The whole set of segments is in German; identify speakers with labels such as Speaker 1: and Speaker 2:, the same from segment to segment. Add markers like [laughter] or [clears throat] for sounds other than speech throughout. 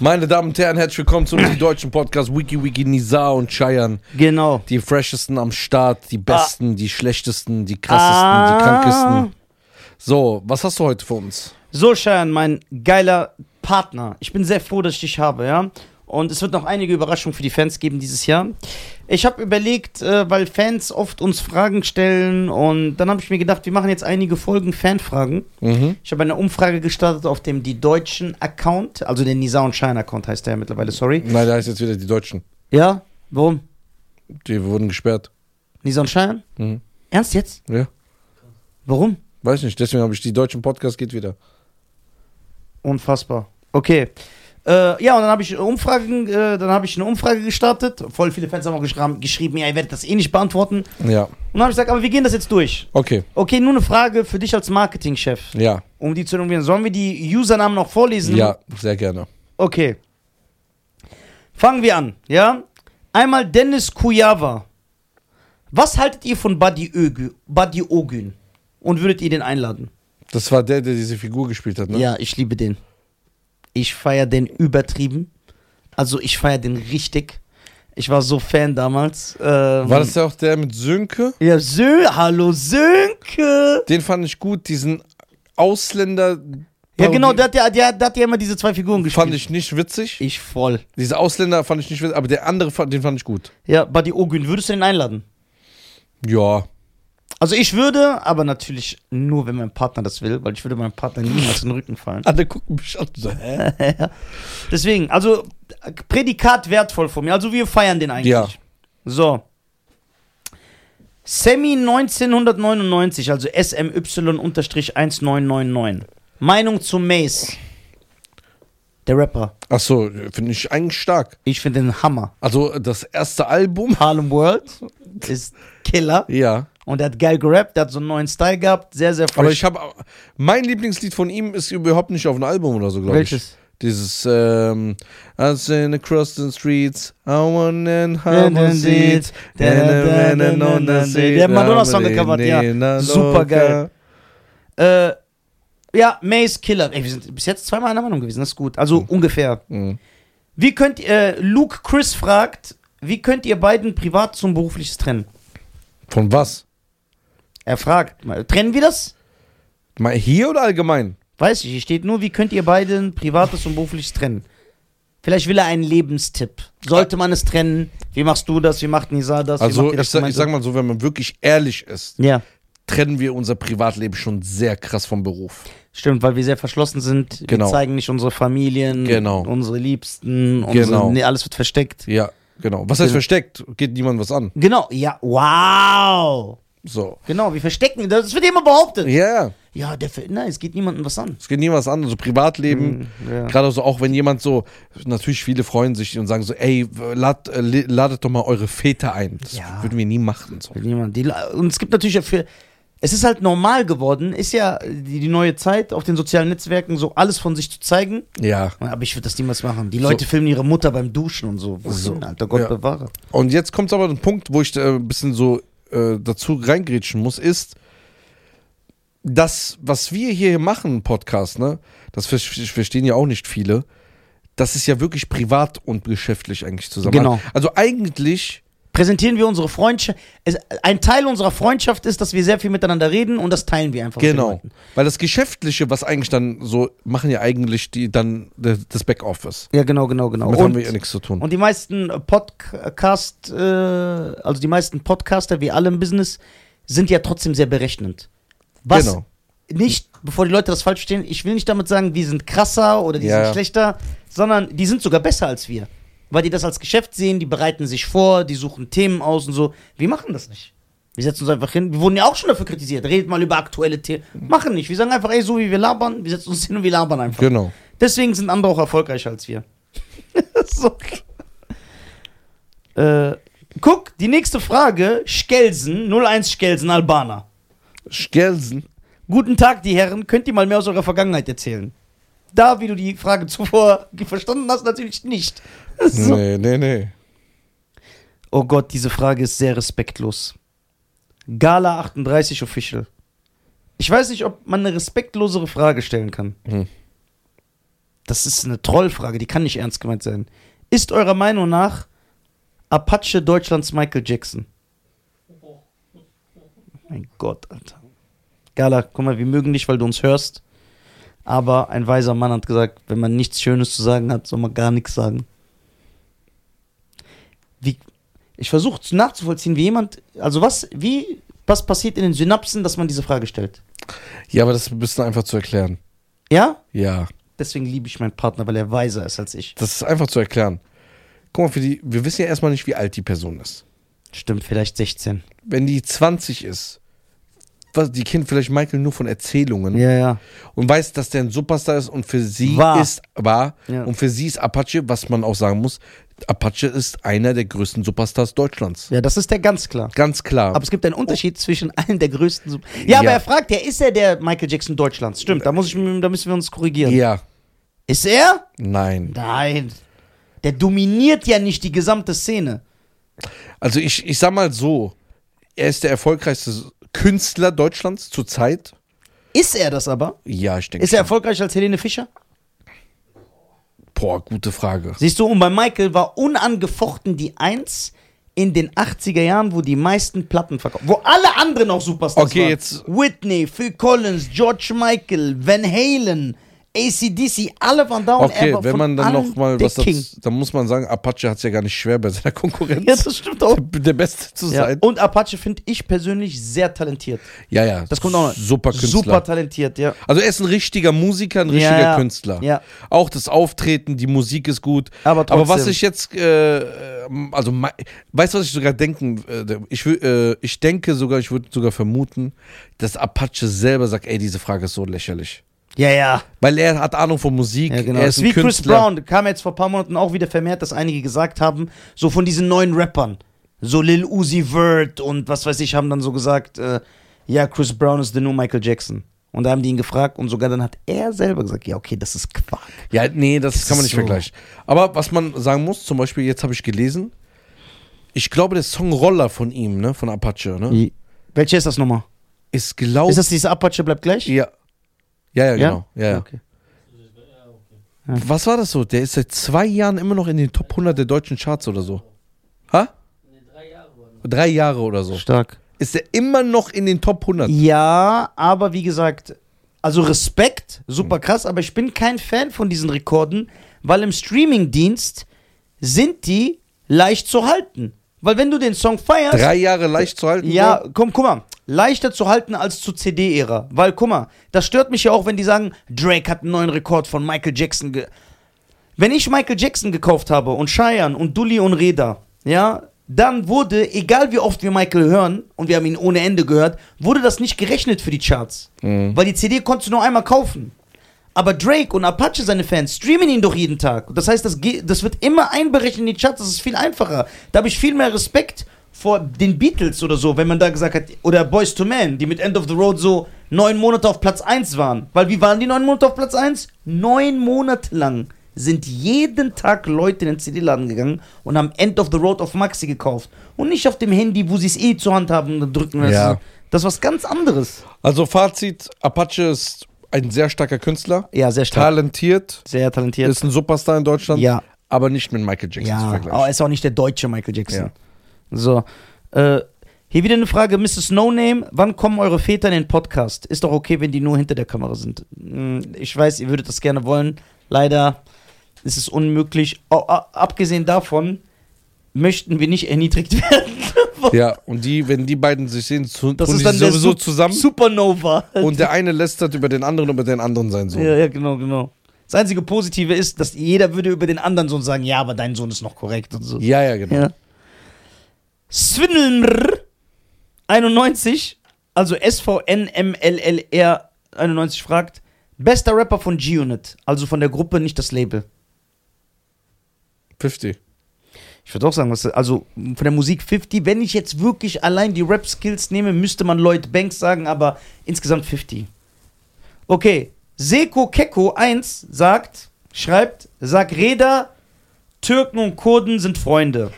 Speaker 1: Meine Damen und Herren, herzlich willkommen zu unserem deutschen Podcast Wiki Wiki Nisa und Cheyenne.
Speaker 2: Genau.
Speaker 1: Die freshesten am Start,
Speaker 2: Ah.
Speaker 1: die besten, die schlechtesten, die krassesten, die krankesten. So, was hast du heute für uns?
Speaker 2: So, Cheyenne, mein geiler Partner. Ich bin sehr froh, dass ich dich habe, ja. Und es wird noch einige Überraschungen für die Fans geben dieses Jahr. Ich habe überlegt, äh, weil Fans oft uns Fragen stellen und dann habe ich mir gedacht, wir machen jetzt einige Folgen Fanfragen.
Speaker 1: Mhm.
Speaker 2: Ich habe eine Umfrage gestartet auf dem Die Deutschen Account, also den Nisa und Shine Account heißt der ja mittlerweile, sorry.
Speaker 1: Nein, da ist jetzt wieder die Deutschen.
Speaker 2: Ja, warum?
Speaker 1: Die wurden gesperrt.
Speaker 2: Nisa und Shine?
Speaker 1: Mhm.
Speaker 2: Ernst jetzt?
Speaker 1: Ja.
Speaker 2: Warum?
Speaker 1: Weiß nicht, deswegen habe ich die deutschen Podcast geht wieder.
Speaker 2: Unfassbar. Okay. Äh, ja, und dann habe ich Umfragen, äh, dann habe ich eine Umfrage gestartet. Voll viele Fans haben auch geschrieben, geschrieben ja, ihr werdet das eh nicht beantworten. Und
Speaker 1: Ja.
Speaker 2: dann habe ich gesagt, aber wir gehen das jetzt durch.
Speaker 1: Okay.
Speaker 2: Okay, nur eine Frage für dich als Marketingchef,
Speaker 1: Ja.
Speaker 2: um die zu nominieren. Sollen wir die Usernamen noch vorlesen?
Speaker 1: Ja, sehr gerne.
Speaker 2: Okay. Fangen wir an, ja? Einmal Dennis Kujava. Was haltet ihr von Buddy, Ögü, Buddy Ogün? Und würdet ihr den einladen?
Speaker 1: Das war der, der diese Figur gespielt hat, ne?
Speaker 2: Ja, ich liebe den. Ich feiere den übertrieben. Also ich feiere den richtig. Ich war so Fan damals. Ähm,
Speaker 1: War das ja auch der mit Sönke?
Speaker 2: Ja, Sö, hallo Sönke.
Speaker 1: Den fand ich gut, diesen Ausländer.
Speaker 2: Ja, genau, der hat ja, der, der hat ja immer diese zwei Figuren gespielt.
Speaker 1: fand ich nicht witzig.
Speaker 2: Ich voll.
Speaker 1: Diese Ausländer fand ich nicht witzig, aber der andere, fand- den fand ich gut.
Speaker 2: Ja, Buddy Ogün, würdest du den einladen?
Speaker 1: Ja.
Speaker 2: Also ich würde, aber natürlich nur, wenn mein Partner das will, weil ich würde meinem Partner niemals in den Rücken fallen.
Speaker 1: Alle gucken mich an. So, hä?
Speaker 2: Deswegen, also Prädikat wertvoll von mir. Also wir feiern den eigentlich.
Speaker 1: Ja.
Speaker 2: So. Sammy 1999, also SMY-1999. Meinung zu Mace. Der Rapper.
Speaker 1: Achso, finde ich eigentlich stark.
Speaker 2: Ich finde den Hammer.
Speaker 1: Also das erste
Speaker 2: [laughs]
Speaker 1: Album.
Speaker 2: Harlem World ist Killer.
Speaker 1: Ja.
Speaker 2: Und der hat geil gerappt, der hat so einen neuen Style gehabt. Sehr, sehr fresh.
Speaker 1: Aber ich habe. Mein Lieblingslied von ihm ist überhaupt nicht auf einem Album oder so, glaube ich.
Speaker 2: Welches?
Speaker 1: Dieses, ähm, I've seen across the streets, I want and
Speaker 2: Wenn man
Speaker 1: have seat,
Speaker 2: sieht, da, da, da, da, da, da, da. Der Madonna-Song gecovert, ja. Supergeil. Äh, ja, Mace Killer. Ey, wir sind bis jetzt zweimal einer Meinung gewesen, das ist gut. Also ungefähr.
Speaker 1: Mhm.
Speaker 2: Wie könnt ihr, äh, Luke Chris fragt, wie könnt ihr beiden privat zum berufliches trennen?
Speaker 1: Von was?
Speaker 2: Er fragt, mal, trennen wir das?
Speaker 1: Mal hier oder allgemein?
Speaker 2: Weiß ich, hier steht nur, wie könnt ihr beiden privates und berufliches trennen? Vielleicht will er einen Lebenstipp. Sollte man es trennen? Wie machst du das? Wie macht Nisa das? Wie
Speaker 1: Also
Speaker 2: macht ihr
Speaker 1: ich,
Speaker 2: das
Speaker 1: sag, ich sag
Speaker 2: gemeinsam?
Speaker 1: mal so, wenn man wirklich ehrlich ist,
Speaker 2: Ja,
Speaker 1: trennen wir unser Privatleben schon sehr krass vom Beruf.
Speaker 2: stimmt, weil wir sehr verschlossen sind.
Speaker 1: Genau.
Speaker 2: Wir zeigen nicht unsere Familien,
Speaker 1: Genau.
Speaker 2: unsere Liebsten, unsere,
Speaker 1: Genau.
Speaker 2: nee, alles wird versteckt.
Speaker 1: Ja, genau. Was heißt versteckt? Geht niemand was an.
Speaker 2: Genau, ja, wow.
Speaker 1: So.
Speaker 2: Genau, wir verstecken, das wird ja immer behauptet.
Speaker 1: Ja, ja.
Speaker 2: Ja, der, ver- nein, es geht niemandem was an.
Speaker 1: Es geht niemand was an. Also Privatleben,
Speaker 2: ja.
Speaker 1: gerade so auch wenn jemand so, natürlich viele freuen sich und sagen so, ey, lad, äh, le- ladet doch mal eure Väter ein. Das
Speaker 2: Ja.
Speaker 1: würden wir nie machen. So.
Speaker 2: Niemand. Die, und es gibt natürlich ja für. Es ist halt normal geworden, ist ja die, die neue Zeit auf den sozialen Netzwerken, so alles von sich zu zeigen.
Speaker 1: Ja.
Speaker 2: Aber ich würde das niemals machen. Die Leute filmen ihre Mutter beim Duschen und so. Wohin,
Speaker 1: So.
Speaker 2: Alter, Gott
Speaker 1: Ja.
Speaker 2: bewahre.
Speaker 1: Und jetzt kommt aber ein Punkt, wo ich äh, ein bisschen so äh, dazu reingrätschen muss, ist, das, was wir hier machen im Podcast, ne, das ver- verstehen ja auch nicht viele, das ist ja wirklich privat und geschäftlich eigentlich zusammen.
Speaker 2: Genau.
Speaker 1: Also eigentlich,
Speaker 2: Präsentieren wir unsere Freundschaft. Es, ein Teil unserer Freundschaft ist, dass wir sehr viel miteinander reden und das teilen wir einfach. mit den
Speaker 1: genau,
Speaker 2: Leuten.
Speaker 1: weil das Geschäftliche, was eigentlich dann so, machen ja eigentlich die dann d- das Backoffice.
Speaker 2: Ja, genau, genau, genau.
Speaker 1: Damit haben wir ja
Speaker 2: Und,
Speaker 1: nichts zu tun.
Speaker 2: und die meisten Podcast, äh, also die meisten Podcaster, wie alle im Business, sind ja trotzdem sehr berechnend. Was
Speaker 1: Genau.
Speaker 2: nicht, bevor die Leute das falsch verstehen, ich will nicht damit sagen, die sind krasser oder die
Speaker 1: Ja, ja.
Speaker 2: sind schlechter, sondern die sind sogar besser als wir. Weil die das als Geschäft sehen, die bereiten sich vor, die suchen Themen aus und so. Wir machen das nicht. Wir setzen uns einfach hin. Wir wurden ja auch schon dafür kritisiert. Redet mal über aktuelle Themen. Machen nicht. Wir sagen einfach, ey, so wie wir labern, wir setzen uns hin und wir labern einfach.
Speaker 1: Genau.
Speaker 2: Deswegen sind andere auch erfolgreicher als wir. [laughs] so. äh, guck, die nächste Frage: Skelsen, 01 Skelsen, Albaner.
Speaker 1: Skelsen.
Speaker 2: Guten Tag, die Herren. Könnt ihr mal mehr aus eurer Vergangenheit erzählen? Da, wie du die Frage zuvor [laughs] ge- verstanden hast, natürlich nicht. So.
Speaker 1: Nee, nee, nee.
Speaker 2: Oh Gott, diese Frage ist sehr respektlos. Gala 38 Official. Ich weiß nicht, ob man eine respektlosere Frage stellen kann.
Speaker 1: Hm.
Speaker 2: das ist eine Trollfrage, die kann nicht ernst gemeint sein. Ist eurer Meinung nach Apache Deutschlands Michael Jackson? Mein Gott, Alter. Gala, guck mal, wir mögen dich, weil du uns hörst. Aber ein weiser Mann hat gesagt, wenn man nichts Schönes zu sagen hat, soll man gar nichts sagen. Wie, ich versuche nachzuvollziehen, wie jemand, also was, wie, was passiert in den Synapsen, dass man diese Frage stellt?
Speaker 1: Ja, aber das ist ein bisschen einfach zu erklären.
Speaker 2: Ja?
Speaker 1: Ja,
Speaker 2: Deswegen liebe ich meinen Partner, weil er weiser ist als ich.
Speaker 1: das ist einfach zu erklären. Guck mal, für die, wir wissen ja erstmal nicht, wie alt die Person ist.
Speaker 2: Stimmt, vielleicht 16.
Speaker 1: Wenn die 20 ist, was, die kennt vielleicht Michael nur von Erzählungen
Speaker 2: Ja, ja.
Speaker 1: und weiß, dass der ein Superstar ist und für sie
Speaker 2: War.
Speaker 1: ist war
Speaker 2: Ja.
Speaker 1: und für sie ist Apache, was man auch sagen muss, Apache ist einer der größten Superstars Deutschlands.
Speaker 2: Ja, das ist der ganz klar.
Speaker 1: Ganz klar.
Speaker 2: Aber es gibt einen Unterschied zwischen allen der größten. Sup ja, aber
Speaker 1: Ja.
Speaker 2: er fragt ja, ist er der Michael Jackson Deutschlands? Stimmt, da, muss ich, da müssen wir uns korrigieren.
Speaker 1: ja,
Speaker 2: Ist er?
Speaker 1: nein.
Speaker 2: Nein. Der dominiert ja nicht die gesamte Szene.
Speaker 1: Also ich, ich sag mal so, er ist der erfolgreichste Künstler Deutschlands zurzeit.
Speaker 2: Ist er das aber?
Speaker 1: Ja, ich denke.
Speaker 2: Ist er erfolgreicher als Helene Fischer?
Speaker 1: Boah, gute Frage.
Speaker 2: Siehst du, und bei Michael war unangefochten die Eins in den 80er Jahren, wo die meisten Platten verkauft Wo alle anderen auch Superstars
Speaker 1: Okay,
Speaker 2: waren.
Speaker 1: jetzt-
Speaker 2: Whitney, Phil Collins, George Michael, Van Halen, ACDC, alle waren da und
Speaker 1: Okay,
Speaker 2: er war
Speaker 1: wenn
Speaker 2: von
Speaker 1: man dann
Speaker 2: allen
Speaker 1: noch mal
Speaker 2: der
Speaker 1: was
Speaker 2: King.
Speaker 1: dazu, dann muss man sagen, Apache hat es ja gar nicht schwer bei seiner Konkurrenz
Speaker 2: Ja, das stimmt
Speaker 1: [laughs]
Speaker 2: auch.
Speaker 1: der Beste zu
Speaker 2: Ja.
Speaker 1: sein.
Speaker 2: Und Apache finde ich persönlich sehr talentiert.
Speaker 1: Ja, ja.
Speaker 2: Das kommt auch noch.
Speaker 1: Super Künstler.
Speaker 2: Super talentiert, ja.
Speaker 1: also er ist ein richtiger Musiker, ein richtiger
Speaker 2: Ja,
Speaker 1: Künstler.
Speaker 2: ja.
Speaker 1: Auch das Auftreten, die Musik ist gut.
Speaker 2: Aber trotzdem.
Speaker 1: was ich jetzt, äh, ähm, also mei- weißt du, was ich sogar denken, äh, ich, wü- äh, ich denke sogar, ich würde sogar vermuten, dass Apache selber sagt, ey, diese Frage ist so lächerlich.
Speaker 2: Ja, ja.
Speaker 1: Weil er hat Ahnung von Musik,
Speaker 2: Ja, genau.
Speaker 1: er ist ein
Speaker 2: wie
Speaker 1: Künstler.
Speaker 2: Chris Brown kam jetzt vor ein paar Monaten auch wieder vermehrt, dass einige gesagt haben, so von diesen neuen Rappern, so Lil Uzi Vert und was weiß ich, haben dann so gesagt, äh, ja, Chris Brown ist der new Michael Jackson. Und da haben die ihn gefragt und sogar dann hat er selber gesagt, ja, okay, das ist Quark.
Speaker 1: Ja, nee, das, kann man nicht
Speaker 2: ist so.
Speaker 1: vergleichen. Aber was man sagen muss, zum Beispiel, jetzt habe ich gelesen, ich glaube, der Song Roller von ihm, ne, von Apache, ne,
Speaker 2: Welche ist das nochmal?
Speaker 1: ist glaube
Speaker 2: Ist das dieses Apache bleibt gleich?
Speaker 1: Oh. ja, ja, ja, genau, ja, ja.
Speaker 2: Okay.
Speaker 1: Was war das so? Der ist seit zwei Jahren immer noch in den Top 100 der deutschen Charts oder so. Ha? Drei Jahre oder so.
Speaker 2: Stark.
Speaker 1: Ist er immer noch in den Top 100?
Speaker 2: Ja, aber wie gesagt, also Respekt, super krass, aber ich bin kein Fan von diesen Rekorden, weil im Streamingdienst sind die leicht zu halten. Weil wenn du den Song feierst,
Speaker 1: Drei Jahre leicht zu halten?
Speaker 2: ja,
Speaker 1: so?
Speaker 2: komm, guck mal, leichter zu halten als zur CD-Ära. Weil, guck mal, das stört mich ja auch, wenn die sagen, Drake hat einen neuen Rekord von Michael Jackson. Ge wenn ich Michael Jackson gekauft habe und Cheyenne und Dully und Reda, ja, dann wurde, egal wie oft wir Michael hören, und wir haben ihn ohne Ende gehört, wurde das nicht gerechnet für die Charts. Weil die CD konntest du nur einmal kaufen. Aber Drake und Apache, seine Fans, streamen ihn doch jeden Tag. Das heißt, das, ge- das wird immer einberechnet in die Charts, das ist viel einfacher. Da habe ich viel mehr Respekt vor den Beatles oder so, wenn man da gesagt hat, oder Boys to Men, die mit End of the Road so neun Monate auf Platz 1 waren. Weil wie waren die neun Monate auf Platz 1? Neun Monate lang sind jeden Tag Leute in den CD-Laden gegangen und haben End of the Road auf Maxi gekauft. Und nicht auf dem Handy, wo sie es eh zur Hand haben und drücken. lassen.
Speaker 1: Ja.
Speaker 2: Das ist was ganz anderes.
Speaker 1: Also Fazit, Apache ist ein sehr starker Künstler,
Speaker 2: Ja, sehr stark.
Speaker 1: talentiert,
Speaker 2: Sehr talentiert.
Speaker 1: ist ein Superstar in Deutschland,
Speaker 2: Ja.
Speaker 1: aber nicht mit Michael Jackson zu
Speaker 2: Ja,
Speaker 1: vergleichen.
Speaker 2: aber er ist auch nicht der deutsche Michael Jackson.
Speaker 1: Ja.
Speaker 2: So. Äh, hier wieder eine Frage, Mrs. No Name. Wann kommen eure Väter in den Podcast? Ist doch okay, wenn die nur hinter der Kamera sind. Hm, Ich weiß, ihr würdet das gerne wollen. Leider ist es unmöglich. Oh, a- abgesehen davon möchten wir nicht erniedrigt [laughs] werden.
Speaker 1: Ja, und die, wenn die beiden sich sehen, zu,
Speaker 2: Das
Speaker 1: tun
Speaker 2: ist
Speaker 1: die
Speaker 2: dann der
Speaker 1: sowieso
Speaker 2: Sup-
Speaker 1: zusammen
Speaker 2: Supernova.
Speaker 1: und der eine lästert über den anderen, über den anderen sein Sohn.
Speaker 2: [laughs] ja, ja, genau, genau. Das einzige Positive ist, dass jeder würde über den anderen Sohn sagen, ja, aber dein Sohn ist noch korrekt und so.
Speaker 1: Ja, ja, genau.
Speaker 2: Ja. Swindlmr 91, also SVNMLLR 91 fragt, bester Rapper von G-Unit, also von der Gruppe, nicht das Label.
Speaker 1: 50.
Speaker 2: Ich würde auch sagen, was, also von der Musik 50, wenn ich jetzt wirklich allein die Rap-Skills nehme, müsste man Lloyd Banks sagen, aber insgesamt 50. Okay, Seko Keko 1 sagt, schreibt, sagt Reda, Türken und Kurden sind Freunde.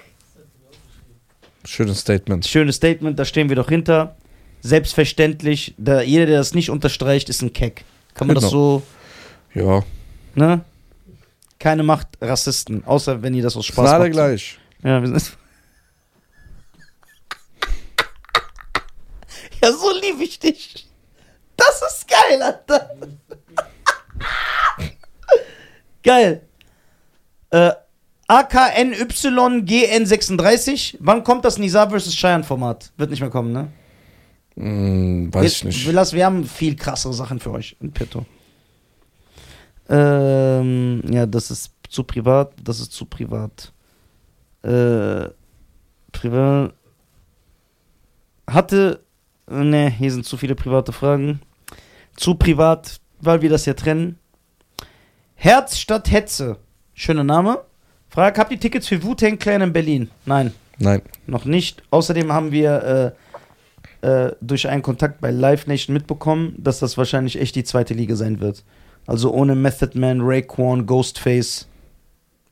Speaker 1: Schönes Statement.
Speaker 2: Schönes Statement, da stehen wir doch hinter. Selbstverständlich, da jeder, der das nicht unterstreicht, ist ein Keck. Kann man das so,
Speaker 1: Ja.
Speaker 2: ne? keine Macht Rassisten, außer wenn ihr das aus Spaß
Speaker 1: Sind alle
Speaker 2: macht.
Speaker 1: gleich.
Speaker 2: Ja, wir sind. [laughs] Ja, so liebe ich dich. Das ist geil, Alter. [laughs] geil. Äh, AKNYGN36. Wann kommt das Nizar vs. Cheyenne-Format? Wird nicht mehr kommen, ne?
Speaker 1: Hm, weiß ich
Speaker 2: wir,
Speaker 1: nicht.
Speaker 2: Wir, lassen, wir haben viel krassere Sachen für euch in petto. Ähm, ja, das ist zu privat. Das ist zu privat. Äh, privat. Hatte. Ne, hier sind zu viele private Fragen. Zu privat, weil wir das ja trennen. Herz statt Hetze. Schöner Name. Frage: Habt ihr Tickets für Wu-Tang Clan in Berlin? Nein.
Speaker 1: Nein.
Speaker 2: Noch nicht. Außerdem haben wir äh, äh, durch einen Kontakt bei Live Nation mitbekommen, dass das wahrscheinlich echt die zweite Liga sein wird. Also ohne Method Man, Raekwon, Ghostface.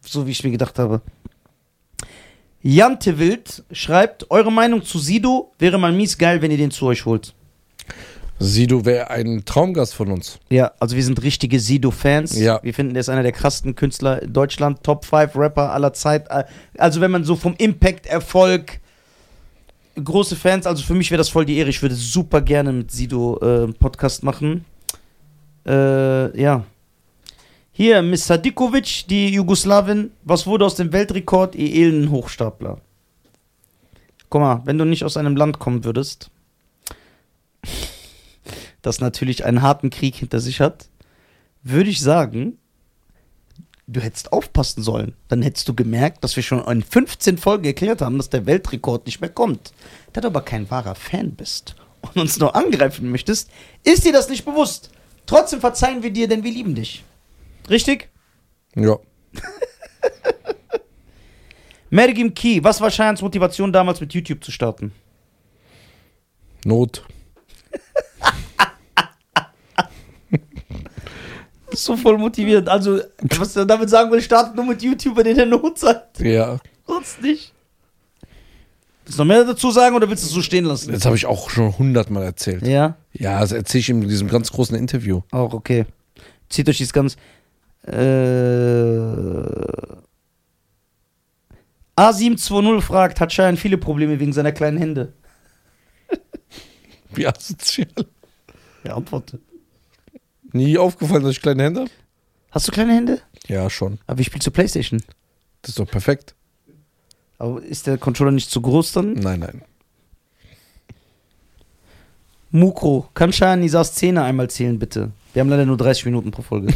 Speaker 2: So wie ich mir gedacht habe. Jante Wild schreibt, eure Meinung zu Sido wäre mal mies geil, wenn ihr den zu euch holt.
Speaker 1: Sido wäre ein Traumgast von uns.
Speaker 2: Ja, also wir sind richtige Sido-Fans.
Speaker 1: Ja.
Speaker 2: Wir finden, der ist einer der krassesten Künstler in Deutschland, Top 5 Rapper aller Zeit. Also wenn man so vom Impact, Erfolg, große Fans, also für mich wäre das voll die Ehre. Ich würde super gerne mit Sido äh, einen Podcast machen. Äh, ja. Hier, Miss Sadikovic, die Jugoslawin. Was wurde aus dem Weltrekord, ihr elenden Hochstapler? Guck mal, wenn du nicht aus einem Land kommen würdest, das natürlich einen harten Krieg hinter sich hat, würde ich sagen, du hättest aufpassen sollen. Dann hättest du gemerkt, dass wir schon in 15 Folgen erklärt haben, dass der Weltrekord nicht mehr kommt. Da du aber kein wahrer Fan bist und uns nur angreifen möchtest, ist dir das nicht bewusst. Trotzdem verzeihen wir dir, denn wir lieben dich. Richtig?
Speaker 1: Ja.
Speaker 2: Mergim Key, was war Cheyans Motivation damals mit YouTube zu starten?
Speaker 1: Not.
Speaker 2: Bist so voll motiviert. Also, was er damit sagen will, startet nur mit YouTuber, den er Not hat.
Speaker 1: Ja.
Speaker 2: Sonst nicht. Willst du noch mehr dazu sagen oder willst du es so stehen lassen?
Speaker 1: Das habe ich auch schon hundertmal erzählt.
Speaker 2: Ja.
Speaker 1: Ja, das erzähle ich ihm in diesem ganz großen Interview.
Speaker 2: Auch okay. Zieht euch dies ganz. Äh, A720 fragt, hat Schein viele Probleme wegen seiner kleinen Hände?
Speaker 1: Wie asozial.
Speaker 2: Er antwortet.
Speaker 1: Nie aufgefallen, dass ich kleine Hände habe?
Speaker 2: Hast du kleine Hände?
Speaker 1: Ja, schon.
Speaker 2: Aber ich spiele zu Playstation.
Speaker 1: Das ist doch perfekt.
Speaker 2: Aber ist der Controller nicht zu groß dann?
Speaker 1: Nein, nein.
Speaker 2: Mukro, kann Schein Nisas Zähne einmal zählen, bitte? Wir haben leider nur 30 Minuten pro Folge.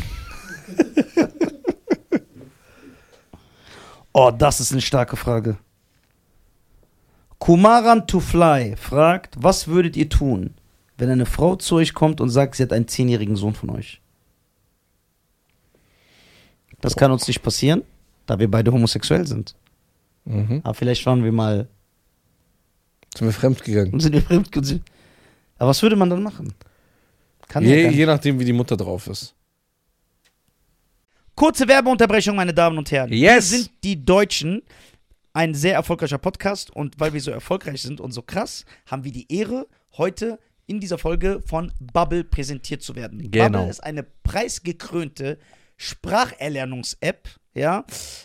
Speaker 2: oh, das ist eine starke Frage. Kumaran to Fly fragt, was würdet ihr tun, wenn eine Frau zu euch kommt und sagt, sie hat einen zehnjährigen Sohn von euch? Das kann uns nicht passieren, da wir beide homosexuell sind.
Speaker 1: Mhm.
Speaker 2: Aber vielleicht schauen wir mal.
Speaker 1: Sind wir fremdgegangen.
Speaker 2: Und sind wir fremd? und sind- Aber was würde man dann machen? Kann ja
Speaker 1: Je,
Speaker 2: gar nicht.
Speaker 1: je nachdem, wie die Mutter drauf ist.
Speaker 2: Kurze Werbeunterbrechung, meine Damen und Herren.
Speaker 1: Yes.
Speaker 2: Wir sind die Deutschen, ein sehr erfolgreicher Podcast. Und weil wir so erfolgreich sind und so krass, haben wir die Ehre, heute in dieser Folge von Bubble präsentiert zu werden.
Speaker 1: Genau.
Speaker 2: Bubble ist eine preisgekrönte Spracherlernungs-App, ja,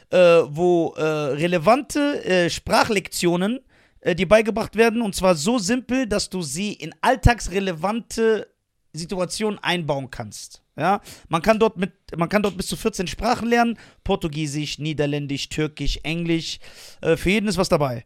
Speaker 2: äh, wo äh, relevante äh, Sprachlektionen äh, dir beigebracht werden. Und zwar so simpel, dass du sie in alltagsrelevante Situationen einbauen kannst. Ja, man kann dort mit, man kann dort bis zu 14 Sprachen lernen: Portugiesisch, Niederländisch, Türkisch, Englisch. Äh, für jeden ist was dabei.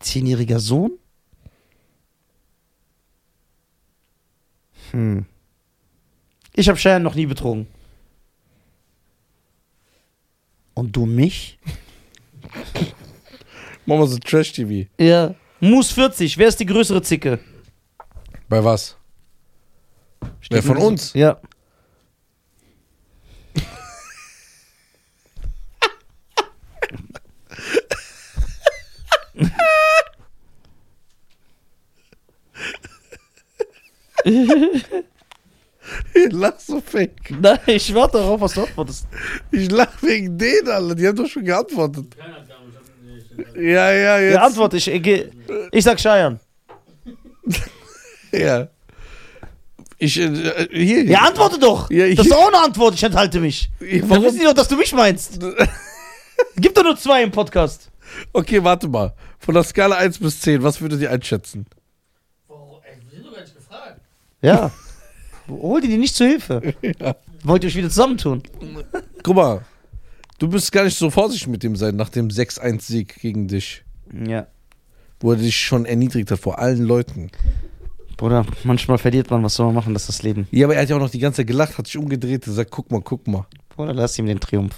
Speaker 2: Zehnjähriger Sohn? Hm. Ich habe Cheyenne noch nie betrogen. Und du mich?
Speaker 1: Mach mal so Trash-TV.
Speaker 2: Ja. Muss 40, wer ist die größere Zicke?
Speaker 1: Bei was? Wer von uns?
Speaker 2: Ja.
Speaker 1: [laughs] Ich lach so fake.
Speaker 2: Nein, ich warte darauf, was du antwortest.
Speaker 1: Ich lach wegen denen, Alter. Die haben doch schon geantwortet. Ja, ja, jetzt.
Speaker 2: Ja, antworte ich. Ich, geh- ich sag Cheyenne.
Speaker 1: Ja. Ich, äh, äh, hier.
Speaker 2: Ja, antworte doch.
Speaker 1: Ja, ich-
Speaker 2: das ist auch eine Antwort. Ich enthalte mich.
Speaker 1: Ich-
Speaker 2: Warum? Dann
Speaker 1: Warum?
Speaker 2: wissen die doch, dass du mich [laughs] meinst. Gibt doch nur zwei im Podcast.
Speaker 1: Okay, warte mal. Von der Skala 1 bis 10, was würdet ihr einschätzen?
Speaker 3: Warum? Ey, wir sind doch gar nicht gefragt.
Speaker 2: Ja. Hol dir die nicht zu Hilfe. Wollt ihr euch wieder zusammentun?
Speaker 1: Guck mal. Du bist gar nicht so vorsichtig mit dem sein, nach dem 6-1-Sieg gegen dich.
Speaker 2: Ja.
Speaker 1: Wo er dich schon erniedrigt hat vor allen Leuten.
Speaker 2: Bruder, manchmal verliert man, was soll man machen, das ist das Leben.
Speaker 1: Ja, aber er hat ja auch noch die ganze Zeit gelacht, hat sich umgedreht, gesagt, guck mal, guck mal.
Speaker 2: Bruder, lass ihm den Triumph.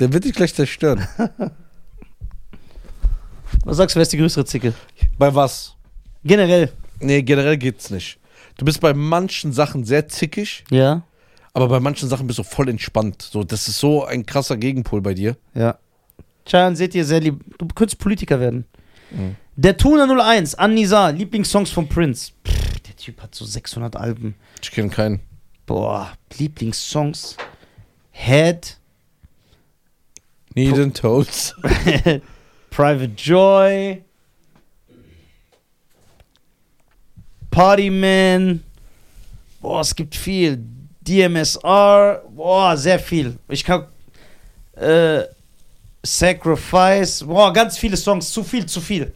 Speaker 1: Der wird dich gleich zerstören.
Speaker 2: Was sagst du, wer ist die größere Zicke?
Speaker 1: [laughs] Bei was?
Speaker 2: Generell.
Speaker 1: Nee, generell geht's nicht. Du bist bei manchen Sachen sehr zickig,
Speaker 2: Ja.
Speaker 1: aber bei manchen Sachen bist du voll entspannt. So, das ist so ein krasser Gegenpol bei dir.
Speaker 2: Ja. Chan, seht ihr, sehr lieb. Du könntest Politiker werden.
Speaker 1: Mhm.
Speaker 2: Der Tuna 01, Anisa, Lieblingssongs von Prince. Pff, der Typ hat so 600 Alben.
Speaker 1: Ich kenne keinen.
Speaker 2: Boah, Lieblingssongs. Head,
Speaker 1: Need and Toads.
Speaker 2: [laughs] Private Joy, Party Man. Boah, es gibt viel. DMSR. Boah, sehr viel. Ich kann. Äh, Sacrifice. Boah, ganz viele Songs. Zu viel, zu viel.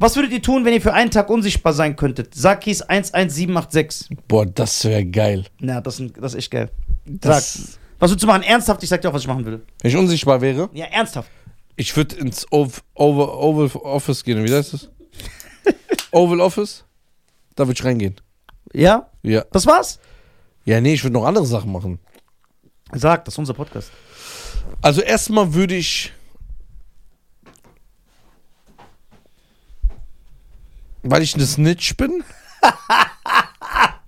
Speaker 2: Was würdet ihr tun, wenn ihr für einen Tag unsichtbar sein könntet? Sakis 11786.
Speaker 1: [laughs] Boah, das wäre geil.
Speaker 2: Na, das, sind- das ist echt geil. Sag.
Speaker 1: Das,
Speaker 2: Was würdest du machen? Ernsthaft? Ich sag dir auch, was ich machen würde.
Speaker 1: wenn ich unsichtbar wäre,
Speaker 2: Ja, ernsthaft.
Speaker 1: ich würde ins Ov- Oval, Oval Office gehen. Wie heißt [laughs] das? Oval Office? Da würde ich reingehen.
Speaker 2: Ja?
Speaker 1: Ja.
Speaker 2: Das war's?
Speaker 1: Ja, nee, ich würde noch andere Sachen machen.
Speaker 2: Sag, das ist unser Podcast.
Speaker 1: Also erstmal würde ich. Weil ich eine Snitch bin.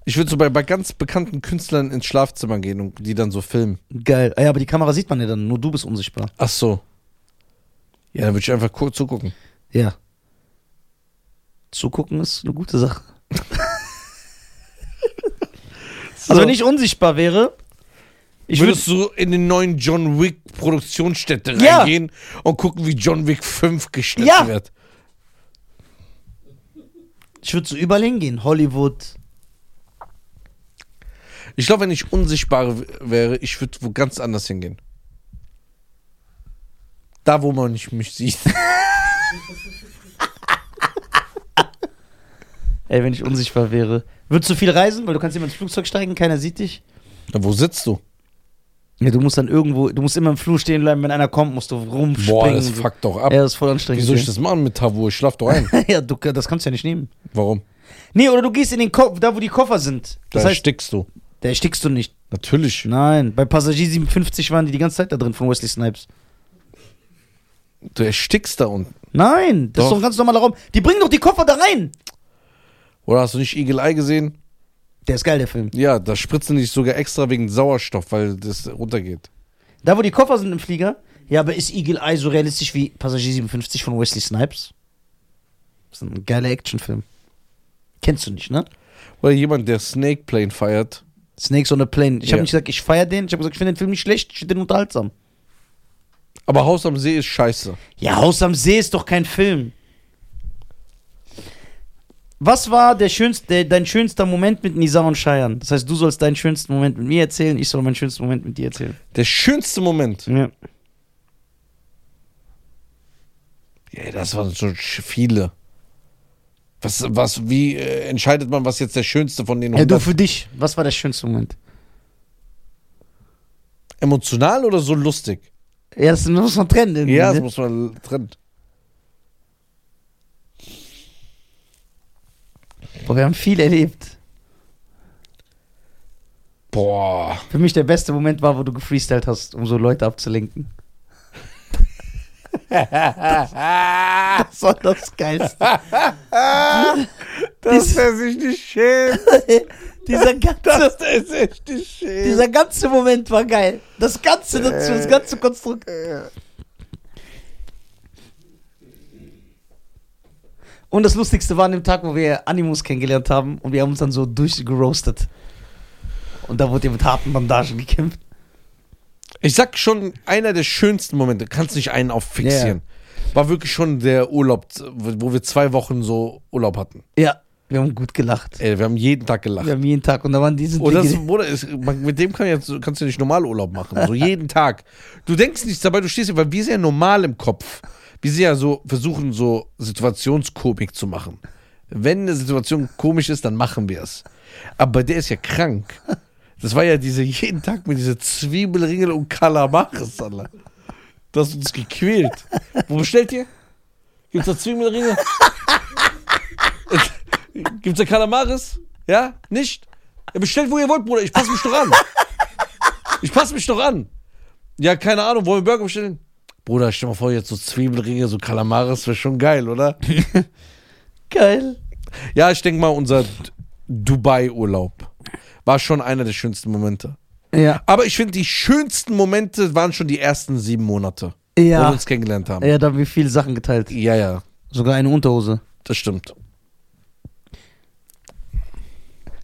Speaker 1: ich würde so bei, bei ganz bekannten Künstlern ins Schlafzimmer gehen und die dann so filmen.
Speaker 2: Geil. Ah Ja, aber die Kamera sieht man ja dann, nur du bist unsichtbar.
Speaker 1: Ach so. Ja, dann würde ich einfach kurz zugucken.
Speaker 2: Ja. Zugucken ist eine gute [laughs] Sache. Also wenn ich unsichtbar wäre, ich würde
Speaker 1: Würdest du in den neuen John Wick Produktionsstätte
Speaker 2: Ja.
Speaker 1: reingehen und gucken, wie John Wick 5 geschnitten
Speaker 2: Ja.
Speaker 1: wird?
Speaker 2: ich würde so überall hingehen. Hollywood.
Speaker 1: Ich glaube, wenn ich unsichtbar w- wäre, ich würde wo ganz anders hingehen. Da, wo man nicht mich sieht.
Speaker 2: Ey, wenn ich unsichtbar wäre. Würdest du viel reisen, weil du kannst immer ins Flugzeug steigen, keiner sieht dich?
Speaker 1: Na, wo sitzt du?
Speaker 2: Ja, du musst dann irgendwo, du musst immer im Flur stehen bleiben, wenn einer kommt, musst du rumspringen.
Speaker 1: Boah, das
Speaker 2: und so.
Speaker 1: fuckt doch ab.
Speaker 2: Ja, das ist voll anstrengend.
Speaker 1: Wie soll ich das machen mit Tavur? Ich schlaf doch ein.
Speaker 2: [laughs] ja, du, das kannst du ja nicht nehmen.
Speaker 1: Warum?
Speaker 2: Nee, oder du gehst in den Kopf, da wo die Koffer sind.
Speaker 1: Da
Speaker 2: Das heißt,
Speaker 1: erstickst du.
Speaker 2: da erstickst du nicht.
Speaker 1: Natürlich.
Speaker 2: Nein, bei Passagier 57 waren die die ganze Zeit da drin von Wesley Snipes.
Speaker 1: Du erstickst da unten.
Speaker 2: Nein, das ist
Speaker 1: Doch.
Speaker 2: doch ein ganz normaler Raum. Die bringen doch die Koffer da rein.
Speaker 1: Oder hast du nicht Eagle Eye gesehen?
Speaker 2: Der ist geil, der Film.
Speaker 1: Ja, da spritzen die dich sogar extra wegen Sauerstoff, weil das runtergeht.
Speaker 2: Da, wo die Koffer sind im Flieger. Ja, aber ist Eagle Eye so realistisch wie Passagier 57 von Wesley Snipes? Das ist ein geiler Actionfilm. Kennst du nicht, ne?
Speaker 1: Oder jemand, der Snake Plane feiert.
Speaker 2: Snakes on a Plane. Ich habe
Speaker 1: Ja.
Speaker 2: nicht gesagt, ich feiere den. Ich habe gesagt, ich finde den Film nicht schlecht. Ich finde den unterhaltsam.
Speaker 1: Aber Haus am See ist scheiße.
Speaker 2: Ja, Haus am See ist doch kein Film. Was war der schönste, der, dein schönster Moment mit Nisa und Scheiern? Das heißt, du sollst deinen schönsten Moment mit mir erzählen, ich soll meinen schönsten Moment mit dir erzählen.
Speaker 1: Der schönste Moment.
Speaker 2: Ja.
Speaker 1: Ja, das waren schon sch- viele. Was, was, wie äh, entscheidet man, was jetzt der schönste von den
Speaker 2: ja, du
Speaker 1: 100?
Speaker 2: für dich. Was war der schönste Moment?
Speaker 1: Emotional oder so lustig?
Speaker 2: Ja, das muss man trennen. irgendwie,
Speaker 1: Ja, das
Speaker 2: ne?
Speaker 1: muss man l- trennen.
Speaker 2: Boah, wir haben viel erlebt.
Speaker 1: Boah.
Speaker 2: Für mich der beste Moment war, wo du gefreestylt hast, um so
Speaker 1: [laughs]
Speaker 2: Leute abzulenken. das war das Geilste. [laughs] Dass
Speaker 1: er sich nicht schämt.
Speaker 2: Dieser ganze,
Speaker 1: [laughs] Dass er sich nicht schämt.
Speaker 2: dieser ganze Moment war geil. Das Ganze dazu, das ganze Konstrukt. Und das Lustigste war an dem Tag, wo wir Animus kennengelernt haben und wir haben uns dann so durchgeroastet. Und da wurde ihr mit harten Bandagen gekämpft.
Speaker 1: Ich sag schon, einer der schönsten Momente, kannst nicht einen auf fixieren. War wirklich schon der Urlaub, wo wir zwei Wochen so Urlaub hatten.
Speaker 2: Ja, wir haben gut gelacht.
Speaker 1: Ey, wir haben jeden Tag gelacht.
Speaker 2: Wir haben jeden Tag und da waren diese
Speaker 1: Oder
Speaker 2: Dinge-
Speaker 1: so, Bruder, Oh, ist, man, mit dem kann jetzt, kannst du nicht normal Urlaub machen. So jeden Tag. Du denkst nichts dabei, du stehst hier, weil wir sind ja normal im Kopf. Wir sind ja so, versuchen so Situationskomik zu machen. Wenn eine Situation komisch ist, dann machen wir es. Aber der ist ja krank. Das war ja diese jeden Tag mit dieser Zwiebelringel und Kalamaris, Alter. Das hat uns gequält. Wo bestellt ihr? Gibt's da Zwiebelringe? Gibt's da Kalamaris? Ja? Nicht? Ja, bestellt, wo ihr wollt, Bruder. Ich passe mich doch an. Ich passe mich doch an. Ja, keine Ahnung. Wollen wir Burger bestellen? Bruder, stell mal vor, jetzt so Zwiebelringe, so Kalamaris, wäre schon geil, oder?
Speaker 2: Geil.
Speaker 1: Ja, ich denke mal, unser D- Dubai-Urlaub war schon einer der schönsten Momente.
Speaker 2: Ja.
Speaker 1: Aber ich finde, die schönsten Momente waren schon die ersten sieben Monate, wo wir
Speaker 2: Ja.
Speaker 1: uns kennengelernt haben.
Speaker 2: Ja, da haben wir viele Sachen geteilt.
Speaker 1: Ja, ja,
Speaker 2: Sogar eine Unterhose.
Speaker 1: das stimmt.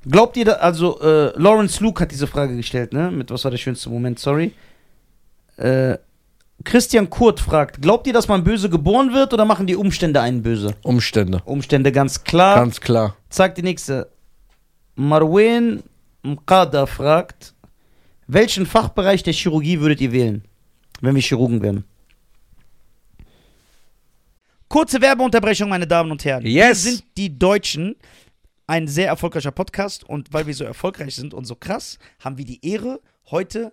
Speaker 2: Glaubt ihr, da, also äh, Lawrence Luke hat diese Frage gestellt, ne? Mit was war der schönste Moment, sorry. Äh, Christian Kurt fragt, glaubt ihr, dass man böse geboren wird oder machen die Umstände einen böse?
Speaker 1: Umstände.
Speaker 2: Umstände ganz klar.
Speaker 1: Ganz klar.
Speaker 2: Zack, die nächste. Marwen Mqada fragt, welchen Fachbereich der Chirurgie würdet ihr wählen, wenn wir Chirurgen wären? Kurze Werbeunterbrechung, meine Damen und Herren.
Speaker 4: Yes.
Speaker 2: Wir sind die Deutschen, ein sehr erfolgreicher Podcast und weil wir so erfolgreich sind und so krass, haben wir die Ehre, heute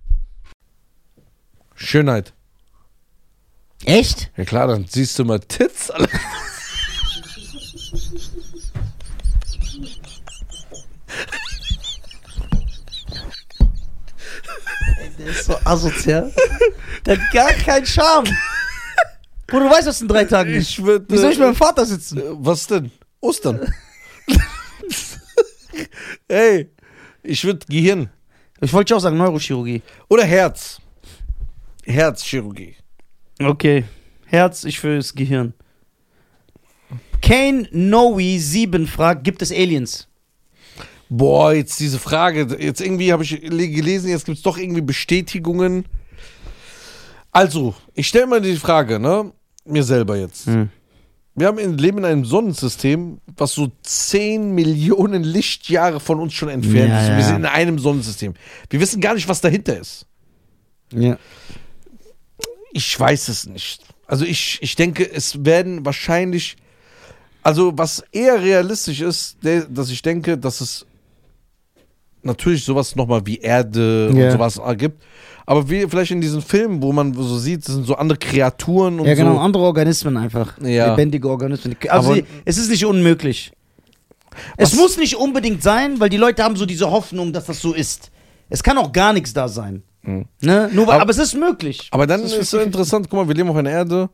Speaker 1: Schönheit.
Speaker 2: Echt?
Speaker 1: Ja klar, dann siehst du mal Tits, Alter.
Speaker 2: Der ist so asozial. Der hat gar keinen Charme. Bro, du weißt, was in drei Tagen ist.
Speaker 1: Ich würde.
Speaker 2: Wie soll ich mit meinem Vater sitzen?
Speaker 1: Äh, Was denn? [laughs] Ostern. Ey, ich würde Gehirn
Speaker 2: Ich wollte ja auch sagen, Neurochirurgie.
Speaker 1: oder Herz. Herzchirurgie.
Speaker 2: Okay. Herz, ich fürs Gehirn. Kane Noe 7 fragt, gibt es Aliens?
Speaker 1: Boah, jetzt diese Frage. Jetzt irgendwie habe ich le- gelesen, jetzt gibt es doch irgendwie Bestätigungen. Also, ich stelle mal die Frage, ne? Mir selber jetzt.
Speaker 2: Hm.
Speaker 1: Wir haben in, leben in einem Sonnensystem, was so 10 Millionen Lichtjahre von uns schon entfernt
Speaker 2: Ja,
Speaker 1: ist. Und wir
Speaker 2: ja.
Speaker 1: sind in einem Sonnensystem. Wir wissen gar nicht, was dahinter ist.
Speaker 2: Ja.
Speaker 1: Ich weiß es nicht. Also ich, ich denke, es werden wahrscheinlich. Also was eher realistisch ist, der, dass ich denke, dass es natürlich sowas nochmal wie Erde
Speaker 2: Ja.
Speaker 1: und sowas gibt. Aber wie vielleicht in diesen Filmen, wo man so sieht, das sind so andere Kreaturen und
Speaker 2: Ja, genau,
Speaker 1: so.
Speaker 2: andere Organismen einfach.
Speaker 1: Ja.
Speaker 2: Lebendige Organismen. Also
Speaker 1: Aber-
Speaker 2: sie- es ist nicht unmöglich.
Speaker 1: Was-
Speaker 2: Es muss nicht unbedingt sein, weil die Leute haben so diese Hoffnung, dass das so ist. Es kann auch gar nichts da sein.
Speaker 1: Hm.
Speaker 2: Ne? Nur, weil,
Speaker 1: Aber-
Speaker 2: aber, es ist möglich.
Speaker 1: Aber dann ist so interessant, guck mal, wir leben auf einer Erde,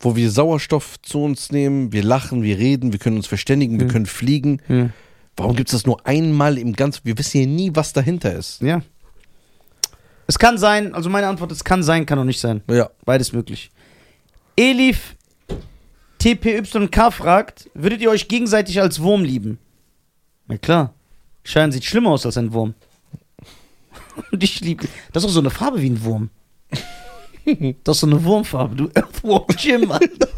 Speaker 1: wo wir Sauerstoff zu uns nehmen, wir lachen, wir reden, wir können uns verständigen, wir können fliegen.
Speaker 2: Hm.
Speaker 1: Warum gibt es das nur einmal im Ganzen? Wir wissen ja nie, was dahinter ist.
Speaker 2: Ja. Es kann sein, also meine Antwort ist, kann sein, kann auch nicht sein.
Speaker 1: Ja.
Speaker 2: Beides möglich. Elif TPYK fragt, würdet ihr euch gegenseitig als Wurm lieben? Na klar. Schein sieht schlimmer aus als ein Wurm. [laughs] Und ich liebe. Das ist auch so eine Farbe wie
Speaker 1: [laughs]
Speaker 2: ein Wurm. Das ist so eine Wurmfarbe, du Earthworm Jim, Alter.
Speaker 1: [laughs]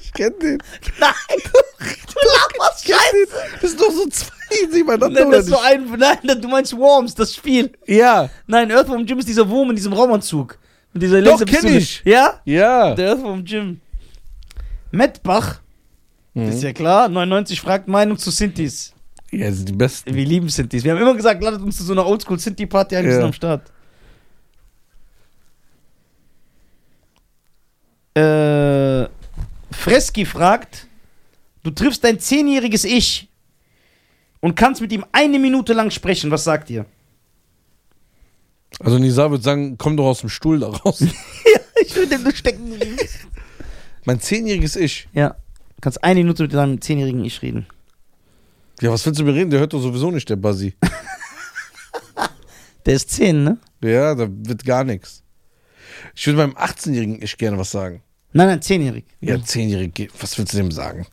Speaker 1: Ich kenne den.
Speaker 2: Nein!
Speaker 1: [laughs]
Speaker 2: Du laberst Scheiße!
Speaker 1: Das sind doch so [laughs] zwei nebeneinander,
Speaker 2: Nein, das ist so ein, nein, du meinst Worms, das Spiel.
Speaker 1: Ja.
Speaker 2: Nein, Earthworm Jim ist dieser Wurm in diesem Raumanzug. Mit dieser
Speaker 1: Doch,
Speaker 2: Laserpistole.
Speaker 1: kenn ich.
Speaker 2: Ja?
Speaker 1: Ja.
Speaker 2: Der ist vom Gym. Mettbach, ist ja klar, 99 fragt Meinung zu Sintis.
Speaker 1: Ja, sind die besten.
Speaker 2: Wir lieben Sintis. Wir haben immer gesagt, ladet uns zu so einer Oldschool-Sinti-Party ein, wir
Speaker 1: Ja.
Speaker 2: sind am Start. Äh, Freski fragt, du triffst dein zehnjähriges Ich und kannst mit ihm eine Minute lang sprechen. Was sagt ihr?
Speaker 1: Also Nisa würde sagen, komm doch aus dem Stuhl da raus.
Speaker 2: Ich will dem nur stecken.
Speaker 1: mein zehnjähriges Ich.
Speaker 2: Ja, kannst eine Minute mit deinem zehnjährigen Ich reden.
Speaker 1: Ja, was willst du mir reden? Der hört doch sowieso nicht, der Basi.
Speaker 2: Der ist zehn, ne?
Speaker 1: Ja, da wird gar nichts. Ich würde meinem 18-jährigen Ich gerne was sagen.
Speaker 2: Nein, nein, zehnjährig.
Speaker 1: Ja, zehnjährige, was willst du dem sagen?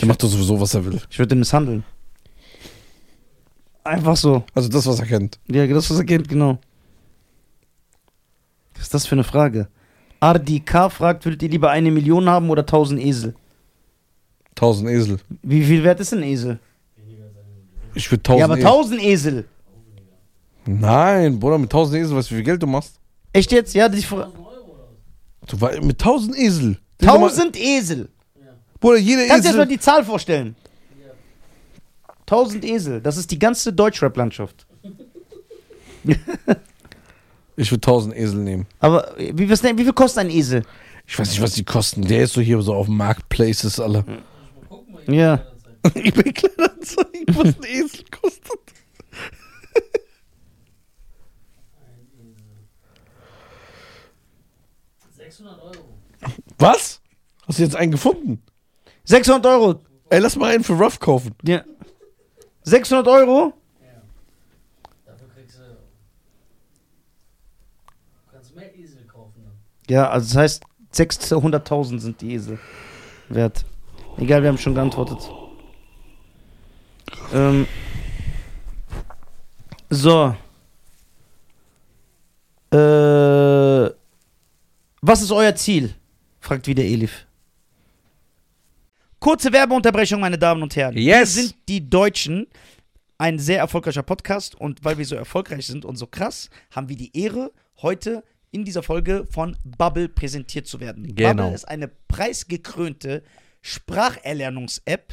Speaker 1: Der macht doch sowieso, was er will.
Speaker 2: Ich würde den misshandeln. Einfach so.
Speaker 1: Also das, was er kennt.
Speaker 2: Ja, das was er kennt, genau. Was ist das für eine Frage? RDK fragt, würdet ihr lieber eine Million haben oder tausend Esel?
Speaker 1: 1000 Esel.
Speaker 2: Wie viel wert ist ein Esel?
Speaker 1: Ich würde 1000
Speaker 2: ja, aber tausend Esel.
Speaker 1: Esel. Nein, Bruder, mit 1000 Esel, weißt du, wie viel Geld du machst?
Speaker 2: Echt jetzt? Ja, die Fra
Speaker 3: 1000 Euro oder was?
Speaker 1: Du, war- mit 1000 Esel. Das ist doch mal-
Speaker 2: tausend Esel.
Speaker 1: Bruder, jeder
Speaker 2: Kannst du dir
Speaker 1: Esel.
Speaker 2: erstmal die Zahl vorstellen? Tausend Esel. Das ist die ganze Deutschrap-Landschaft.
Speaker 1: Ich würde 1000 Esel nehmen.
Speaker 2: Aber äh, wie, was, denn- wie viel kostet ein Esel?
Speaker 1: Ich weiß nicht, was die kosten. Der ist so hier so auf dem Marketplaces, alle.
Speaker 3: Muss ich mal gucken, bei
Speaker 2: Ja.
Speaker 3: eBay Kleinanzeigen.
Speaker 1: [laughs] Ich bin Kleinanzeigen, was ein Esel kostet.
Speaker 3: Ein Esel. 600 Euro.
Speaker 1: Was? Hast du jetzt einen gefunden?
Speaker 2: 600 Euro.
Speaker 1: Ey, lass mal einen für Ruff kaufen.
Speaker 2: Ja. 600 Euro?
Speaker 3: Ja. Dafür kriegst du. Du kannst mehr Esel kaufen dann.
Speaker 2: Ja, also das heißt, 600.000 sind die Esel wert. Egal, wir haben schon geantwortet. Ähm. So. Äh, was Äh, ist euer Ziel? Fragt wieder Elif. Kurze Werbeunterbrechung, meine Damen und Herren.
Speaker 4: Yes.
Speaker 2: Wir sind die Deutschen. Ein sehr erfolgreicher Podcast und weil wir so erfolgreich sind und so krass, haben wir die Ehre, heute in dieser Folge von Bubble präsentiert zu werden.
Speaker 4: Genau.
Speaker 2: Bubble ist eine preisgekrönte Spracherlernungs-App,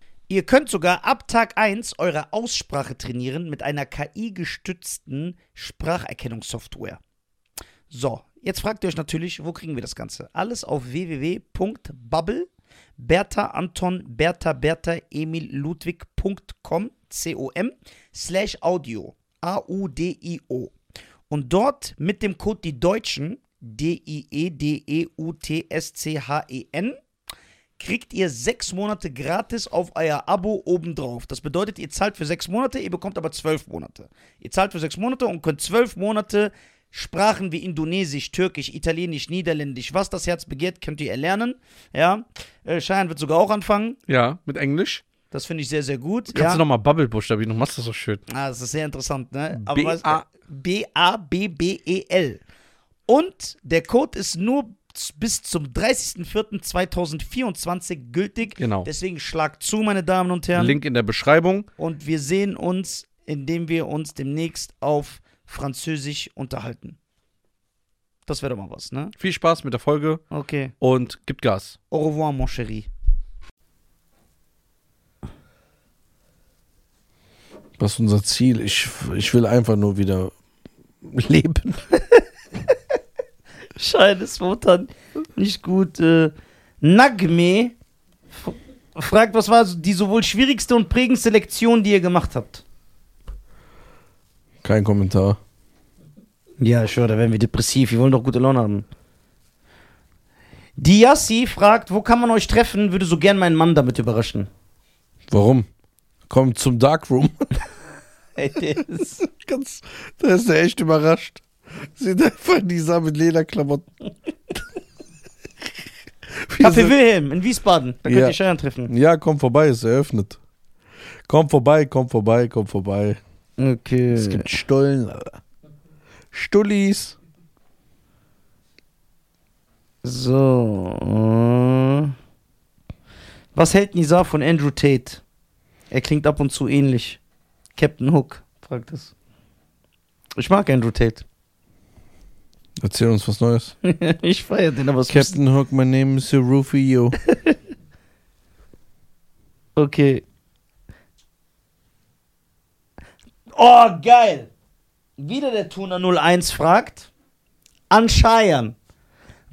Speaker 2: Ihr könnt sogar ab Tag 1 eure Aussprache trainieren mit einer KI-gestützten Spracherkennungssoftware. So, jetzt fragt ihr euch natürlich, wo kriegen wir das Ganze? Alles auf www.bubble, Bertha Anton Bertha Bertha Emil Ludwig.com, C-O-M, slash Audio, A-U-D-I-O. Und dort mit dem Code die Deutschen, E D-I-E-D-E-U-T-S-C-H-E-N, kriegt ihr sechs Monate gratis auf euer Abo obendrauf. Das bedeutet, ihr zahlt für sechs Monate, ihr bekommt aber zwölf Monate. Ihr zahlt für sechs Monate und könnt zwölf Monate Sprachen wie Indonesisch, Türkisch, Italienisch, Niederländisch, was das Herz begehrt, könnt ihr erlernen. Ja, äh, Cheyenne wird sogar auch anfangen.
Speaker 4: Ja, mit Englisch.
Speaker 2: Das finde ich sehr, sehr gut.
Speaker 4: Kannst
Speaker 2: ja.
Speaker 4: du nochmal Bubble buchstabieren, du machst das so schön.
Speaker 2: Ah, das ist sehr interessant, ne?
Speaker 4: B-
Speaker 2: was-
Speaker 4: A-
Speaker 2: B-A-B-B-E-L. E Und der Code ist nur z- bis zum 30.04.2024 gültig.
Speaker 4: Genau.
Speaker 2: Deswegen schlag zu, meine Damen und Herren.
Speaker 4: Link in der Beschreibung.
Speaker 2: Und wir sehen uns, indem wir uns demnächst auf Französisch unterhalten. Das wäre doch mal was, ne?
Speaker 4: Viel Spaß mit der Folge
Speaker 2: Okay.
Speaker 4: und gibt Gas.
Speaker 2: Au revoir, mon chéri.
Speaker 1: Was ist unser Ziel? Ich, ich will einfach nur wieder leben.
Speaker 2: Scheint es momentan nicht gut. Äh, Nagme f- fragt, was war so die sowohl schwierigste und prägendste Lektion, die ihr gemacht habt?
Speaker 1: Kein Kommentar.
Speaker 2: Ja, sure, da werden wir depressiv. Wir wollen doch gute Laune haben. Diassi fragt, wo kann man euch treffen? Würde so gern meinen Mann damit [laughs] überraschen.
Speaker 1: Warum? Komm zum Darkroom.
Speaker 2: Ey, der ist-
Speaker 1: [laughs] Ganz, da ist er echt überrascht. Sieht einfach Nisa mit Lederklamotten. [laughs] Wir
Speaker 2: Café
Speaker 1: sind-
Speaker 2: Wilhelm in Wiesbaden. Da könnt
Speaker 1: Ja.
Speaker 2: ihr Scheiern treffen.
Speaker 1: ja, komm vorbei, ist eröffnet. Komm vorbei, komm vorbei, komm vorbei.
Speaker 2: Okay.
Speaker 1: Es gibt Stollen, Alter. Stullis.
Speaker 2: So. äh. Was hält Nizar von Andrew Tate? Er klingt ab und zu ähnlich. Captain Hook, fragt es. Ich mag Andrew Tate.
Speaker 1: Erzähl uns was Neues.
Speaker 2: [laughs] ich feiere den, aber es ist-
Speaker 1: Captain Hook, my name is Rufio.
Speaker 2: Okay. Oh, geil. Wieder der Tuner 01 fragt. An Scheiern.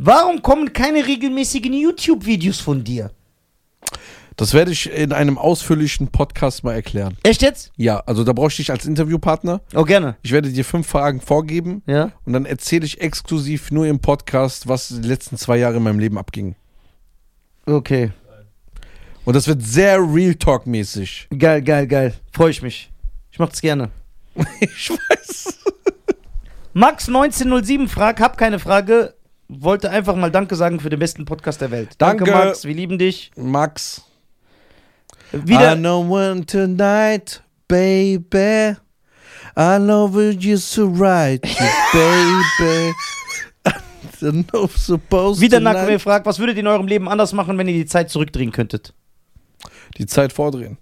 Speaker 2: Warum kommen keine regelmäßigen YouTube-Videos von dir?
Speaker 1: Das werde ich in einem ausführlichen Podcast mal erklären.
Speaker 2: Echt jetzt?
Speaker 1: Ja, also da brauche ich dich als Interviewpartner.
Speaker 2: Oh, gerne.
Speaker 1: Ich werde dir fünf Fragen vorgeben
Speaker 2: Ja.
Speaker 1: und dann erzähle ich exklusiv nur im Podcast, was die letzten zwei Jahre in meinem Leben abging.
Speaker 2: Okay.
Speaker 1: Und das wird sehr Real Talk-mäßig. [laughs]
Speaker 2: Geil, geil, geil. Freue ich mich. Ich mach's gerne.
Speaker 1: Ich weiß.
Speaker 2: Max1907 fragt, hab keine Frage. Wollte einfach mal Danke sagen für den besten Podcast der Welt.
Speaker 1: Danke.
Speaker 2: Max. Wir lieben dich.
Speaker 1: Max. I
Speaker 2: Wieder.
Speaker 1: know one tonight, baby. I love it just to write
Speaker 2: [laughs]
Speaker 1: you, baby. I know supposed
Speaker 2: Wieder
Speaker 1: tonight.
Speaker 2: Nakwe fragt, was würdet ihr in eurem Leben anders machen, wenn ihr die Zeit zurückdrehen könntet?
Speaker 1: Die Zeit vordrehen.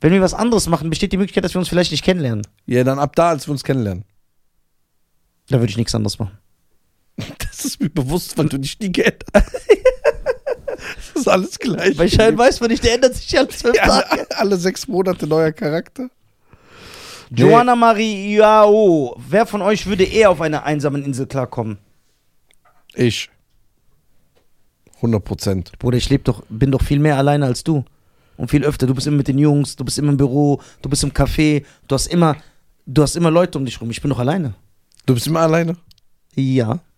Speaker 2: Wenn wir was anderes machen, besteht die Möglichkeit, dass wir uns vielleicht nicht kennenlernen.
Speaker 1: Ja, dann ab da, als wir uns kennenlernen.
Speaker 2: Da würde ich nichts anderes machen.
Speaker 1: [laughs] Das ist mir bewusst, weil du dich nie geändert hast. [laughs] Das ist alles gleich.
Speaker 2: Weil Schein weiß man nicht, der ändert sich ja alle zwölf
Speaker 1: Ja,
Speaker 2: Tage.
Speaker 1: [laughs] alle, alle sechs Monate neuer Charakter. Nee.
Speaker 2: Joanna Mariao, wer von euch würde eher auf einer einsamen Insel klarkommen?
Speaker 1: Ich. 100 Prozent.
Speaker 2: Bruder, ich leb doch, bin doch viel mehr alleine als du. Und viel öfter. Du bist immer mit den Jungs, du bist immer im Büro, du bist im Café, du hast immer, du hast immer Leute um dich rum. Ich bin doch alleine.
Speaker 1: Du bist immer alleine?
Speaker 2: Ja. [laughs]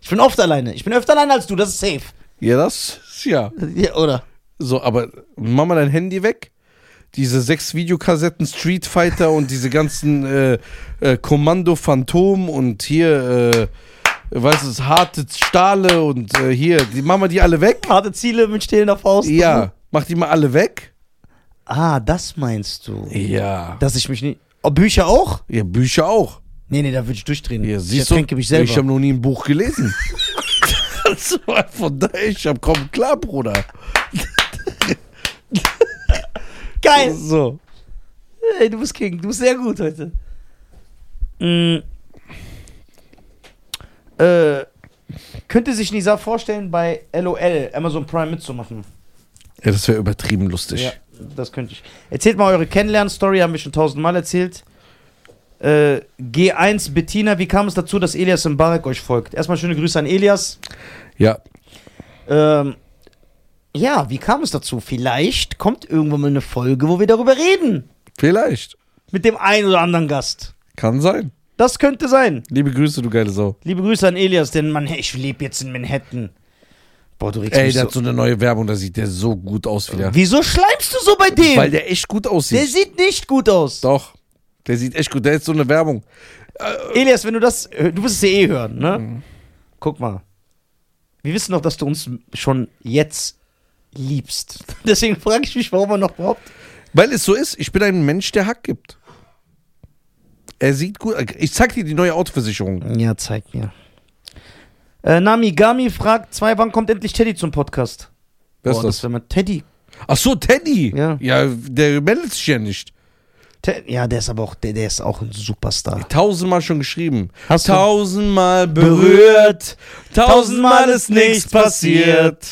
Speaker 2: Ich bin oft alleine. Ich bin öfter alleine als du, das ist safe.
Speaker 1: Ja, das ist ja.
Speaker 2: Ja, oder?
Speaker 1: So, aber mach mal dein Handy weg. Diese sechs Videokassetten Street Fighter und diese ganzen äh, äh, Kommando Phantom und hier, äh, weiß es, harte Stahle und äh, hier, die, mach mal die alle weg.
Speaker 2: Harte Ziele mit stehender Faust.
Speaker 1: Ja, mach die mal alle weg.
Speaker 2: Ah, das meinst du.
Speaker 1: Ja.
Speaker 2: Dass ich mich nicht. Oh, Bücher auch?
Speaker 1: Ja, Bücher auch.
Speaker 2: Nee, nee, da würde ich durchdrehen.
Speaker 1: Ja,
Speaker 2: ich
Speaker 1: siehst du,
Speaker 2: ertränke mich selber.
Speaker 1: ich habe noch nie ein Buch gelesen.
Speaker 2: [laughs]
Speaker 1: das war von daher, ich hab komm klar, Bruder.
Speaker 2: Geil!
Speaker 1: So.
Speaker 2: Ey, du bist King, du bist sehr gut heute. mh, äh, könnte sich Nisa vorstellen, bei LOL Amazon Prime mitzumachen.
Speaker 1: Ja, das wäre übertrieben lustig.
Speaker 2: Ja, das könnte ich. Erzählt mal eure Kennenlernstory, haben wir schon tausendmal erzählt. Äh, G1 Bettina, wie kam es dazu, dass Elias Mbarek euch folgt? Erstmal schöne Grüße an Elias.
Speaker 1: Ja.
Speaker 2: Ähm, ja, wie kam es dazu? Vielleicht kommt irgendwann mal eine Folge, wo wir darüber reden.
Speaker 1: Vielleicht.
Speaker 2: Mit dem einen oder anderen Gast.
Speaker 1: Kann sein.
Speaker 2: Das könnte sein.
Speaker 1: Liebe Grüße, du geile Sau.
Speaker 2: Liebe Grüße an Elias, denn Mann, ich lebe jetzt in Manhattan. Boah, du regst
Speaker 1: Ey,
Speaker 2: mich
Speaker 1: der hat so
Speaker 2: so.
Speaker 1: eine neue Werbung, da sieht der so gut aus wieder.
Speaker 2: [laughs] Wieso schleimst du so bei dem?
Speaker 1: Weil der echt gut aussieht.
Speaker 2: der sieht nicht gut aus.
Speaker 1: Doch. Der sieht echt gut. Der ist so eine Werbung.
Speaker 2: Elias, wenn du das, du wirst es ja eh hören, ne?
Speaker 1: Mhm.
Speaker 2: Guck mal. Wir wissen doch, dass du uns schon jetzt liebst. [laughs] Deswegen frage ich mich, warum er noch überhaupt.
Speaker 1: Weil es so ist, ich bin ein Mensch, der Hack gibt. Er sieht gut. Ich zeig dir die neue Autoversicherung.
Speaker 2: Ja, zeig mir. Äh, Namigami fragt, zwei, wann kommt endlich Teddy zum Podcast?
Speaker 1: Wer ist
Speaker 2: Boah,
Speaker 1: das?
Speaker 2: das wäre mal Teddy.
Speaker 1: Ach so, Teddy.
Speaker 2: Ja.
Speaker 1: ja, der meldet sich ja nicht.
Speaker 2: Te ja, der ist aber auch, der, der ist auch ein Superstar.
Speaker 1: Tausendmal schon geschrieben.
Speaker 2: Hast du-
Speaker 1: tausendmal
Speaker 2: Berührt.
Speaker 1: berührt. Tausendmal ist nichts passiert.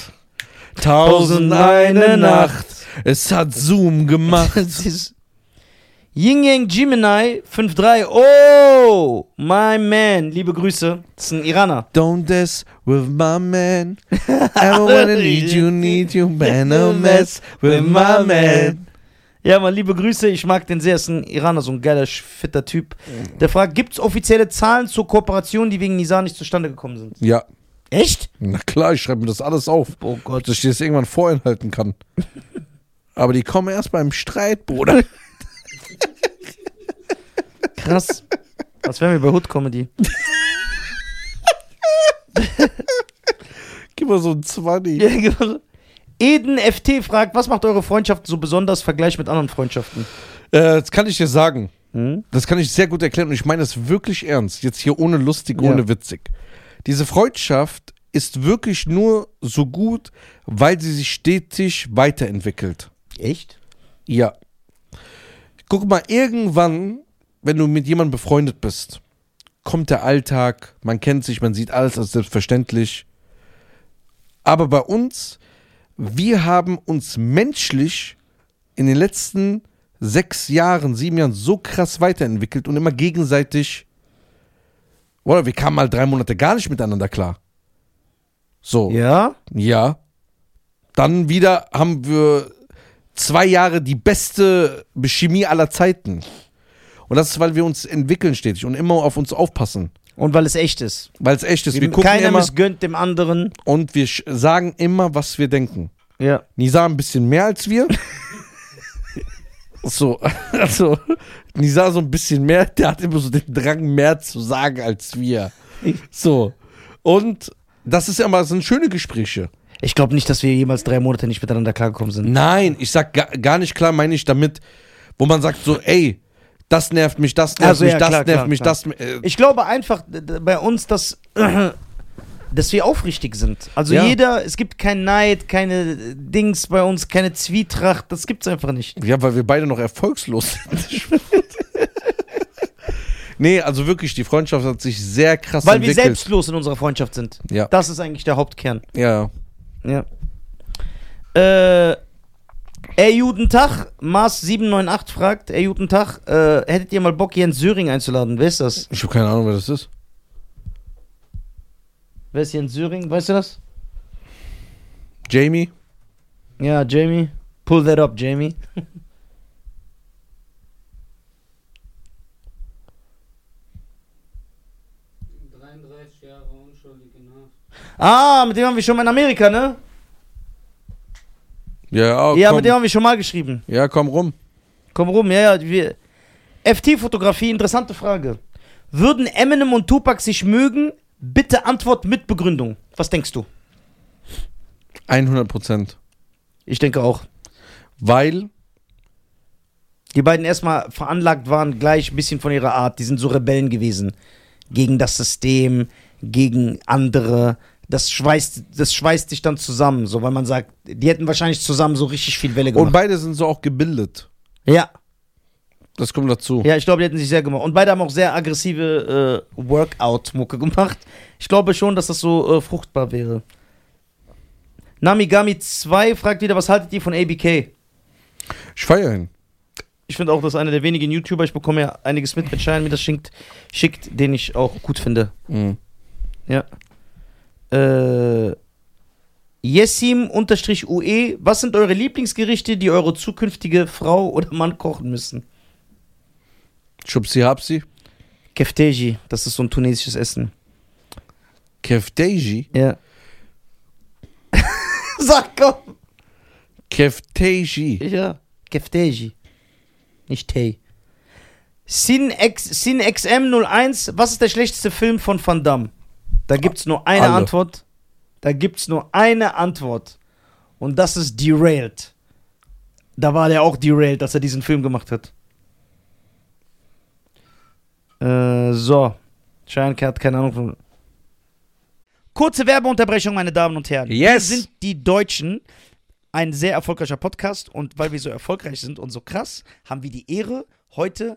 Speaker 1: Tausend eine Nacht. Es hat Zoom gemacht. [laughs]
Speaker 2: [laughs] Das ist- Ying Yang Gemini 5-3. Oh, my man. Liebe Grüße. Das ist ein Iraner.
Speaker 1: Don't mess with my man. Ever when I need you, need you, man. Don't mess with my man.
Speaker 2: Ja, mal liebe Grüße. Ich mag den sehr. Ist ein Iraner, so ein geiler, sch- fitter Typ. Der fragt: Gibt es offizielle Zahlen zur Kooperation, die wegen Nisa nicht zustande gekommen sind?
Speaker 1: Ja,
Speaker 2: Echt?
Speaker 1: na klar, ich schreibe mir das alles auf,
Speaker 2: Oh Gott.
Speaker 1: dass ich dir das irgendwann vorenthalten kann. Aber die kommen erst beim Streit, [laughs] Bruder.
Speaker 2: Krass. Als wären wir bei Hood Comedy.
Speaker 1: Gib mal so ein 20.
Speaker 2: [laughs] Ja, genau. Eden FT fragt: Was macht eure Freundschaft so besonders im Vergleich mit anderen Freundschaften?
Speaker 1: Äh, das kann ich dir sagen.
Speaker 2: Hm?
Speaker 1: Das kann ich sehr gut erklären und ich meine das wirklich ernst. Jetzt hier ohne lustig,
Speaker 2: Ja.
Speaker 1: ohne witzig. Diese Freundschaft ist wirklich nur so gut, weil sie sich stetig weiterentwickelt.
Speaker 2: Echt?
Speaker 1: Ja. Guck mal, irgendwann, wenn du mit jemandem befreundet bist, kommt der Alltag, man kennt sich, man sieht alles als selbstverständlich. Aber bei uns, wir haben uns menschlich in den letzten sechs Jahren, sieben Jahren so krass weiterentwickelt und immer gegenseitig. Oder wir kamen mal drei Monate gar nicht miteinander klar. So.
Speaker 2: Ja?
Speaker 1: Ja. Dann wieder haben wir zwei Jahre die beste Chemie aller Zeiten. Und das ist, weil wir uns entwickeln stetig und immer auf uns aufpassen.
Speaker 2: Und weil es echt ist.
Speaker 1: Weil es echt ist. Wir gucken
Speaker 2: Keiner
Speaker 1: immer
Speaker 2: missgönnt dem anderen.
Speaker 1: und wir sch- sagen immer, was wir denken.
Speaker 2: Ja.
Speaker 1: Nisa ein bisschen mehr als wir. so, [laughs] also Nisa so ein bisschen mehr, der hat immer so den Drang, mehr zu sagen als wir. So. Und das ist ja immer, das sind schöne Gespräche.
Speaker 2: Ich glaube nicht, dass wir jemals drei Monate nicht miteinander klargekommen sind.
Speaker 1: Nein, ich sag gar, gar nicht klar, meine ich damit, wo man sagt so, ey, das nervt mich, das nervt
Speaker 2: Also,
Speaker 1: mich,
Speaker 2: ja,
Speaker 1: das
Speaker 2: klar,
Speaker 1: nervt
Speaker 2: klar,
Speaker 1: mich,
Speaker 2: klar.
Speaker 1: das. Äh,
Speaker 2: Ich glaube einfach d- d- bei uns, dass, [clears throat] dass wir aufrichtig sind. Also
Speaker 1: Ja.
Speaker 2: jeder, es gibt kein Neid, keine äh, Dings bei uns, keine Zwietracht, das gibt's einfach nicht.
Speaker 1: ja, weil wir beide noch erfolgslos sind. [laughs] nee, also wirklich, die Freundschaft hat sich sehr krass
Speaker 2: Weil wir
Speaker 1: entwickelt.
Speaker 2: selbstlos in unserer Freundschaft sind.
Speaker 1: Ja.
Speaker 2: Das ist eigentlich der Hauptkern.
Speaker 1: ja.
Speaker 2: Ja. Äh, ey, guten Tag. Mars798 fragt, ey, guten Tag, äh, hättet ihr mal Bock, Jens Söring einzuladen? Wer ist das?
Speaker 1: Ich habe keine Ahnung, wer das ist.
Speaker 2: Wer ist Jens Söring? Weißt du das?
Speaker 1: Jamie?
Speaker 2: Ja, Jamie. Pull that up, Jamie.
Speaker 3: In 33 Jahre unschuldig in Haft.
Speaker 2: Ah, mit dem haben wir schon mal in Amerika, ne?
Speaker 1: Ja,
Speaker 2: ja,
Speaker 1: Oh, komm,
Speaker 2: mit dem haben wir schon mal geschrieben.
Speaker 1: ja, komm rum.
Speaker 2: Komm rum, ja, ja. Wir. FT-Fotografie, interessante Frage. Würden Eminem und Tupac sich mögen? Bitte Antwort mit Begründung. Was denkst du?
Speaker 1: 100 Prozent.
Speaker 2: Ich denke auch.
Speaker 1: Weil,
Speaker 2: Die beiden erstmal veranlagt waren, gleich ein bisschen von ihrer Art. Die sind so Rebellen gewesen. Gegen das System, gegen andere. Das schweißt, das schweißt dich dann zusammen, so weil man sagt, Genau. die hätten wahrscheinlich zusammen so richtig viel Welle
Speaker 1: und
Speaker 2: gemacht.
Speaker 1: beide sind so auch gebildet.
Speaker 2: Ja.
Speaker 1: Das kommt dazu.
Speaker 2: Ja, ich glaube, die hätten sich sehr gemacht. Und beide haben auch sehr aggressive äh, Workout-Mucke gemacht. Ich glaube schon, dass das so äh, fruchtbar wäre. Namigami 2 fragt wieder, was haltet ihr von ABK?
Speaker 1: Ich feiere ihn.
Speaker 2: Ich finde auch, dass einer der wenigen YouTuber, ich bekomme ja einiges mit, wenn Schein mir das schickt, schickt, den ich auch gut finde.
Speaker 1: Mhm.
Speaker 2: Ja. Äh, Yesim-UE, E, was sind eure Lieblingsgerichte, die eure zukünftige Frau oder Mann kochen müssen?
Speaker 1: Schubsi Hapsi.
Speaker 2: Kefteji, das ist so ein tunesisches Essen.
Speaker 1: Kefteji.
Speaker 2: Ja. [laughs] Sag komm.
Speaker 1: Kefteji.
Speaker 2: Ja. Kefteji. Nicht Tei. SinXM01, Sin XM01, was ist der schlechteste Film von Van Damme? Da gibt's nur eine
Speaker 1: Alle.
Speaker 2: Antwort. Da gibt's nur eine Antwort. Und das ist Derailed. Da war der auch derailed, als er diesen Film gemacht hat. Äh, so. Scheinke hat keine Ahnung von. Kurze Werbeunterbrechung, meine Damen und Herren.
Speaker 4: Yes.
Speaker 2: Wir sind die Deutschen. Ein sehr erfolgreicher Podcast. Und weil wir so erfolgreich sind und so krass, haben wir die Ehre, heute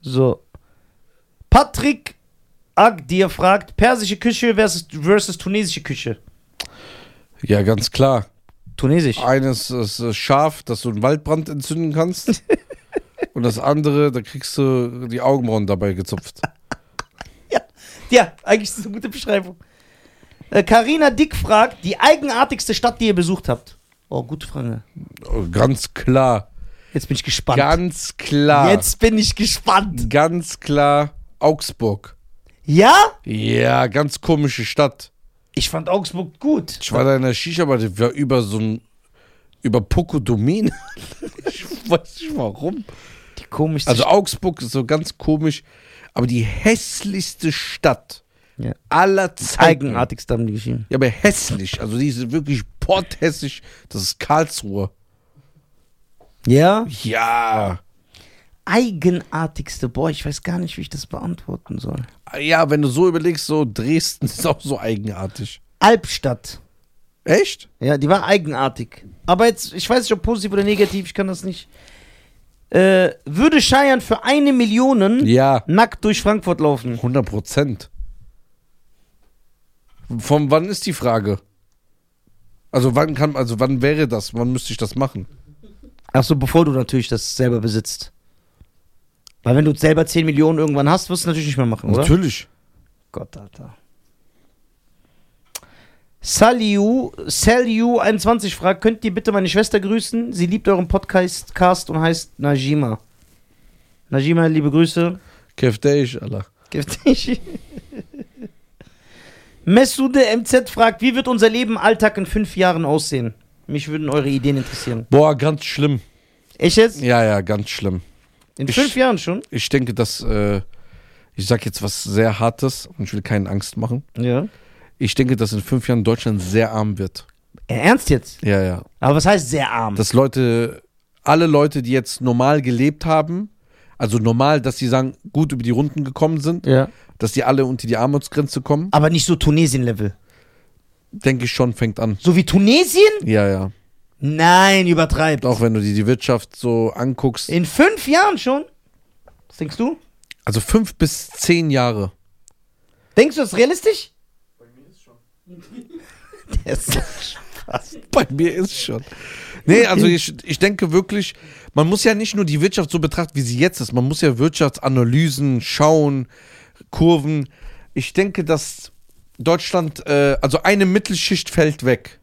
Speaker 2: So. Patrick Agdir fragt: persische Küche versus, versus tunesische Küche.
Speaker 1: Ja, ganz klar.
Speaker 2: Tunesisch.
Speaker 1: Eines ist äh, scharf, dass du einen Waldbrand entzünden kannst. Und das andere, da kriegst du die Augenbrauen dabei gezupft.
Speaker 2: Ja, eigentlich ist das eine gute Beschreibung. Äh, Karina Dick fragt: Die eigenartigste Stadt, die ihr besucht habt. Oh, gute Frage.
Speaker 1: Oh, Ganz klar.
Speaker 2: Jetzt bin ich gespannt.
Speaker 1: Ganz klar.
Speaker 2: Jetzt bin ich gespannt.
Speaker 1: Ganz klar Augsburg.
Speaker 2: Ja?
Speaker 1: Ja, ganz komische Stadt.
Speaker 2: Ich fand Augsburg gut.
Speaker 1: Ich war da in der Shisha, aber die war über so ein. über Pokodomin. [laughs] ich weiß nicht warum.
Speaker 2: Die komischste
Speaker 1: Also Augsburg ist so ganz komisch, aber die hässlichste Stadt
Speaker 2: Ja.
Speaker 1: aller Zeiten.
Speaker 2: Eigenartigste haben die geschrieben.
Speaker 1: Ja, aber hässlich. Also die ist wirklich porthässlich. Das ist Karlsruhe.
Speaker 2: Ja?
Speaker 1: Ja.
Speaker 2: Eigenartigste, boah, ich weiß gar nicht, wie ich das beantworten soll.
Speaker 1: Ja, wenn du so überlegst, so Dresden [laughs] ist auch so eigenartig.
Speaker 2: Albstadt.
Speaker 1: Echt?
Speaker 2: Ja, die war eigenartig. Aber jetzt, ich weiß nicht, ob positiv oder negativ, ich kann das nicht. Äh, würde Scheiern für eine Million
Speaker 1: Ja.
Speaker 2: nackt durch Frankfurt laufen?
Speaker 1: 100 Prozent. Von wann ist die Frage? Also wann kann, also wann wäre das? Wann müsste ich das machen?
Speaker 2: Achso, bevor du natürlich das selber besitzt. Weil wenn du selber 10 Millionen irgendwann hast, wirst du es natürlich nicht mehr machen, oder?
Speaker 1: Natürlich.
Speaker 2: Gott, Alter. Saliu, Saliu21 fragt, könnt ihr bitte meine Schwester grüßen? Sie liebt euren Podcast Cast und heißt Najima. Najima, liebe Grüße.
Speaker 1: Kefdeisch, Allah.
Speaker 2: [laughs] Giftig. Messude MZ fragt, wie wird unser Leben Alltag in fünf Jahren aussehen? Mich würden eure Ideen interessieren.
Speaker 1: Boah, ganz schlimm.
Speaker 2: Ich jetzt?
Speaker 1: Ja, ja, ganz schlimm.
Speaker 2: In
Speaker 1: Ich-
Speaker 2: fünf Jahren schon?
Speaker 1: Ich denke, dass äh, ich sag jetzt was sehr Hartes und ich will keinen Angst machen.
Speaker 2: Ja.
Speaker 1: Ich denke, dass in fünf Jahren Deutschland sehr arm wird.
Speaker 2: Äh, Ernst jetzt?
Speaker 1: Ja, ja.
Speaker 2: Aber was heißt sehr arm?
Speaker 1: Dass Leute, alle Leute, die jetzt normal gelebt haben, also normal, dass sie sagen, gut über die Runden gekommen sind,
Speaker 2: ja.
Speaker 1: dass die alle unter die Armutsgrenze kommen,
Speaker 2: Aber nicht so Tunesien-Level.
Speaker 1: denke ich schon, fängt an.
Speaker 2: So wie Tunesien?
Speaker 1: Ja, ja.
Speaker 2: Nein, übertreibt.
Speaker 1: Auch wenn du dir die Wirtschaft so anguckst.
Speaker 2: In fünf Jahren schon? Was denkst du?
Speaker 1: Also fünf bis zehn Jahre.
Speaker 2: Denkst du, das ist realistisch? [laughs] Bei mir ist schon.
Speaker 1: Bei mir ist schon. Nee, also ich, ich denke wirklich, man muss ja nicht nur die Wirtschaft so betrachten, wie sie jetzt ist. Man muss ja Wirtschaftsanalysen schauen, Kurven. Ich denke, dass Deutschland, äh, also eine Mittelschicht fällt weg.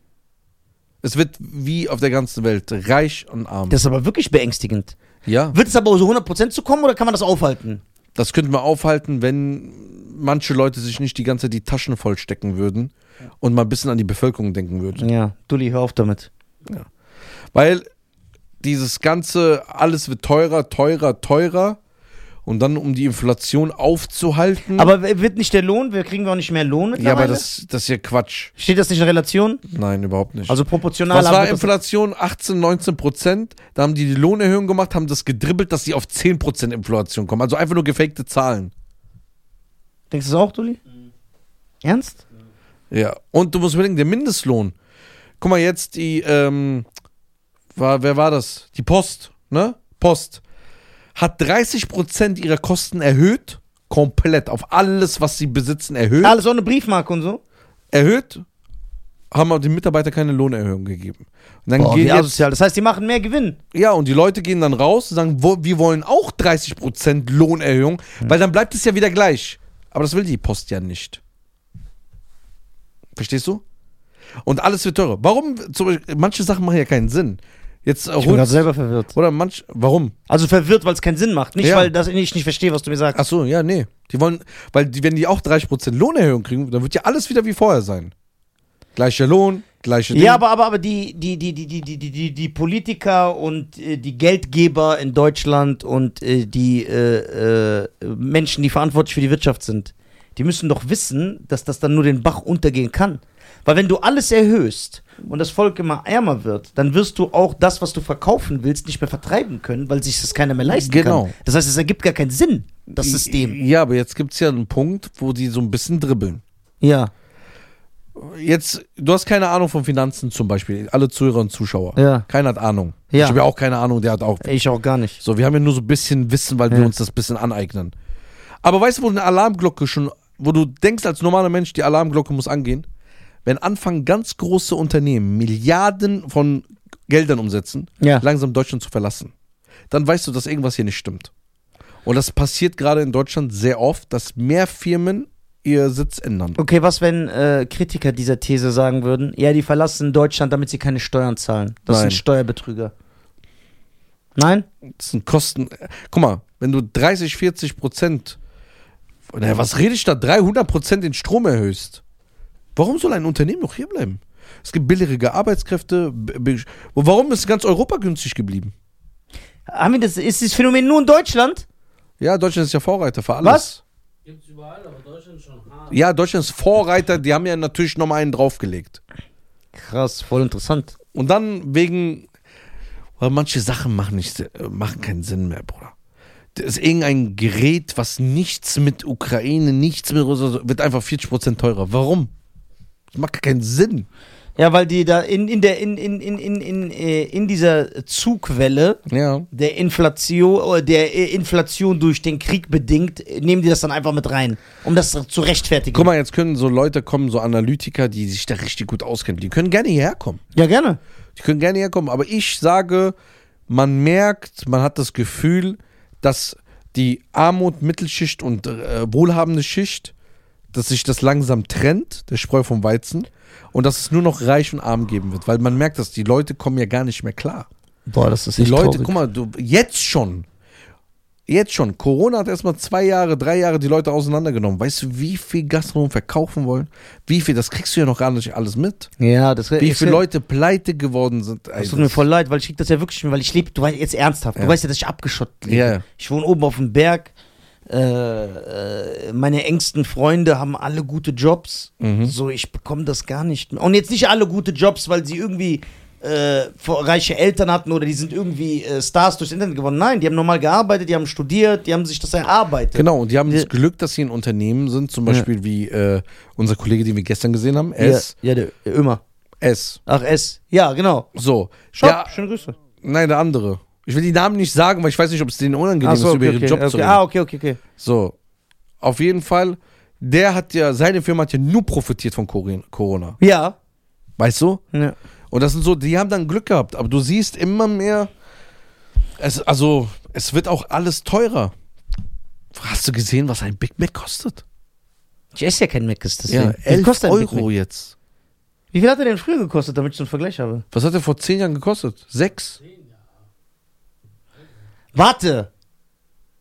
Speaker 1: Es wird wie auf der ganzen Welt reich und arm.
Speaker 2: Das ist aber wirklich beängstigend.
Speaker 1: ja,
Speaker 2: Wird es aber so 100% zu kommen oder kann man das aufhalten?
Speaker 1: das könnten wir aufhalten, wenn manche Leute sich nicht die ganze Zeit die Taschen vollstecken würden und mal ein bisschen an die Bevölkerung denken würden.
Speaker 2: Ja, Dulli, hör auf damit.
Speaker 1: Weil dieses ganze, alles wird teurer, teurer, teurer. Und dann, um die Inflation aufzuhalten.
Speaker 2: Aber w- wird nicht der Lohn, wir kriegen wir auch nicht mehr
Speaker 1: Hm.
Speaker 2: Lohn
Speaker 1: ja,
Speaker 2: mittlerweile?
Speaker 1: aber das, das ist ja Quatsch.
Speaker 2: Steht das nicht in Relation?
Speaker 1: Nein, überhaupt nicht.
Speaker 2: Also proportional.
Speaker 1: Was
Speaker 2: haben
Speaker 1: war
Speaker 2: wir das-
Speaker 1: Inflation? 18, 19 Prozent. Da haben die die Lohnerhöhung gemacht, haben das gedribbelt, dass sie auf 10 Prozent Inflation kommen. Also einfach nur gefakte Zahlen.
Speaker 2: Denkst du das auch, Dulli?
Speaker 1: Hm.
Speaker 2: Ernst?
Speaker 1: Ja. Und du musst bedenken, der Mindestlohn. Guck mal, jetzt die, ähm, war, wer war das? Die Post, ne? Post. Hat 30% ihrer Kosten erhöht. Komplett. Auf alles, was sie besitzen, erhöht.
Speaker 2: Alles ohne Briefmarke und so?
Speaker 1: erhöht. Haben aber den Mitarbeitern keine Lohnerhöhung gegeben. Und dann
Speaker 2: Boah,
Speaker 1: gehen
Speaker 2: wie
Speaker 1: jetzt,
Speaker 2: asozial. Das heißt, die machen mehr Gewinn.
Speaker 1: ja, und die Leute gehen dann raus und sagen, wo, wir wollen auch 30% Lohnerhöhung,
Speaker 2: Hm.
Speaker 1: weil dann bleibt es ja wieder gleich. Aber das will die Post ja nicht. Verstehst du? Und alles wird teurer. Warum? Zum Beispiel, manche Sachen machen ja keinen Sinn. Jetzt äh, holt-
Speaker 2: selber verwirrt.
Speaker 1: oder manch. Warum?
Speaker 2: Also verwirrt, weil es keinen Sinn macht. Nicht,
Speaker 1: Ja.
Speaker 2: weil das, ich nicht verstehe, was du mir sagst.
Speaker 1: Achso, ja, nee. Die wollen, weil die, wenn die auch 30% Lohnerhöhung kriegen, dann wird ja alles wieder wie vorher sein. Gleicher Lohn, gleiche Dinge.
Speaker 2: Ja, aber, aber, aber die, die, die, die, die, die, die, die, die Politiker und äh, die Geldgeber in Deutschland und äh, die äh, äh, Menschen, die verantwortlich für die Wirtschaft sind, die müssen doch wissen, dass das dann nur den Bach untergehen kann. Weil wenn du alles erhöhst und das Volk immer ärmer wird, dann wirst du auch das, was du verkaufen willst, nicht mehr vertreiben können, weil sich das keiner mehr leisten
Speaker 1: Genau.
Speaker 2: kann. Das heißt, es ergibt gar keinen Sinn, das System.
Speaker 1: Ja, aber jetzt gibt es ja einen Punkt, wo die so ein bisschen dribbeln.
Speaker 2: Ja,
Speaker 1: Jetzt, du hast keine Ahnung von Finanzen zum Beispiel, alle Zuhörer und Zuschauer.
Speaker 2: Ja.
Speaker 1: Keiner hat Ahnung.
Speaker 2: Ja.
Speaker 1: Ich habe ja auch keine Ahnung, der hat auch.
Speaker 2: ich auch gar nicht.
Speaker 1: So, wir haben ja nur so ein bisschen Wissen, weil wir
Speaker 2: Ja.
Speaker 1: uns das bisschen aneignen. Aber weißt du, wo eine Alarmglocke schon, wo du denkst als normaler Mensch, die Alarmglocke muss angehen? Wenn anfangen ganz große Unternehmen Milliarden von Geldern umsetzen,
Speaker 2: Ja.
Speaker 1: langsam Deutschland zu verlassen, dann weißt du, dass irgendwas hier nicht stimmt. Und das passiert gerade in Deutschland sehr oft, dass mehr Firmen ihr Sitz ändern.
Speaker 2: Okay, was, wenn äh, Kritiker dieser These sagen würden, ja, die verlassen Deutschland, damit sie keine Steuern zahlen. Das
Speaker 1: Nein.
Speaker 2: sind Steuerbetrüger. Nein?
Speaker 1: Das sind Kosten. Guck mal, wenn du 30, 40 Prozent, naja, was rede ich da, 300 Prozent den Strom erhöhst, warum soll ein Unternehmen noch hier bleiben? Es gibt billigere Arbeitskräfte. b- b- Warum ist ganz Europa günstig geblieben?
Speaker 2: Haben wir das, ist dieses Phänomen nur in Deutschland?
Speaker 1: Ja, Deutschland ist ja Vorreiter für alles.
Speaker 2: Was?
Speaker 3: Gibt's überall, aber Deutschland schon hart.
Speaker 1: Ja, Deutschland ist Vorreiter, die haben ja natürlich nochmal einen draufgelegt.
Speaker 2: Krass, voll interessant.
Speaker 1: Und dann wegen, weil manche Sachen machen, nicht, äh, machen keinen Sinn mehr, Bruder. Das ist irgendein Gerät, was nichts mit Ukraine, nichts mit Russland, wird einfach 40% teurer. Warum? Das macht keinen Sinn.
Speaker 2: Ja, weil die da in, in, der, in, in, in, in, in, äh, in dieser Zugwelle
Speaker 1: Ja.
Speaker 2: der Inflation, oder der äh, Inflation durch den Krieg bedingt, äh, nehmen die das dann einfach mit rein, um das zu rechtfertigen.
Speaker 1: Guck mal, jetzt können so Leute kommen, so Analytiker, die sich da richtig gut auskennen. Die können gerne hierher kommen.
Speaker 2: Ja, gerne.
Speaker 1: Die können gerne herkommen. Aber ich sage, man merkt, man hat das Gefühl, dass die Armut, Mittelschicht und äh, wohlhabende Schicht, dass sich das langsam trennt, der Spreu vom Weizen, und dass es nur noch reich und arm geben wird. Weil man merkt, dass die Leute kommen ja gar nicht mehr klar.
Speaker 2: Boah, das ist
Speaker 1: Die Leute, guck mal, du, jetzt schon. Jetzt schon. Corona hat erstmal zwei Jahre, drei Jahre die Leute auseinandergenommen. Weißt du, wie viel Gastronomen verkaufen wollen? Wie viel? Das kriegst du ja noch gar nicht alles mit.
Speaker 2: Ja, das
Speaker 1: Wie viele Leute pleite geworden sind. Ey,
Speaker 2: Das tut mir voll leid, weil ich krieg das ja wirklich, weil ich lebe, du weißt jetzt ernsthaft, du
Speaker 1: Ja.
Speaker 2: weißt ja, dass ich abgeschottet lebe.
Speaker 1: Ja, ja.
Speaker 2: Ich wohne oben auf dem Berg. Äh, äh, meine engsten Freunde haben alle gute Jobs.
Speaker 1: Mhm.
Speaker 2: So, ich bekomme das gar nicht mehr. Und jetzt nicht alle gute Jobs, weil sie irgendwie äh, vor- reiche Eltern hatten oder die sind irgendwie äh, Stars durchs Internet geworden. Nein, die haben normal gearbeitet, die haben studiert, die haben sich das erarbeitet.
Speaker 1: Genau, und die haben
Speaker 2: Ja.
Speaker 1: das Glück, dass sie in Unternehmen sind, zum Beispiel wie äh, unser Kollege, den wir gestern gesehen haben, S.
Speaker 2: Ja, ja der, immer.
Speaker 1: S.
Speaker 2: Ach, S. Ja, genau.
Speaker 1: So.
Speaker 2: Shop,
Speaker 1: Ja,
Speaker 2: schöne Grüße.
Speaker 1: nein, der andere. Ich will die Namen nicht sagen, weil ich weiß nicht, ob es denen unangenehm
Speaker 2: Ach so,
Speaker 1: ist, über ihren
Speaker 2: okay,
Speaker 1: Job
Speaker 2: okay.
Speaker 1: zu reden.
Speaker 2: Ah, okay, okay, okay.
Speaker 1: So. Auf jeden Fall, der hat ja, seine Firma hat ja nur profitiert von Corin- Corona.
Speaker 2: Ja.
Speaker 1: Weißt du?
Speaker 2: ja.
Speaker 1: Und das sind so, die haben dann Glück gehabt, aber du siehst immer mehr, es, also, es wird auch alles teurer. Hast du gesehen, was ein Big Mac kostet?
Speaker 2: Ich esse ja kein Mc's, deswegen.
Speaker 1: Ja,
Speaker 2: Wie
Speaker 1: 11
Speaker 2: ein Big
Speaker 1: Euro
Speaker 2: Mac?
Speaker 1: jetzt.
Speaker 2: Wie viel hat er denn früher gekostet, damit ich so einen Vergleich habe?
Speaker 1: Was hat er vor 10 Jahren gekostet? Sechs?
Speaker 2: Warte!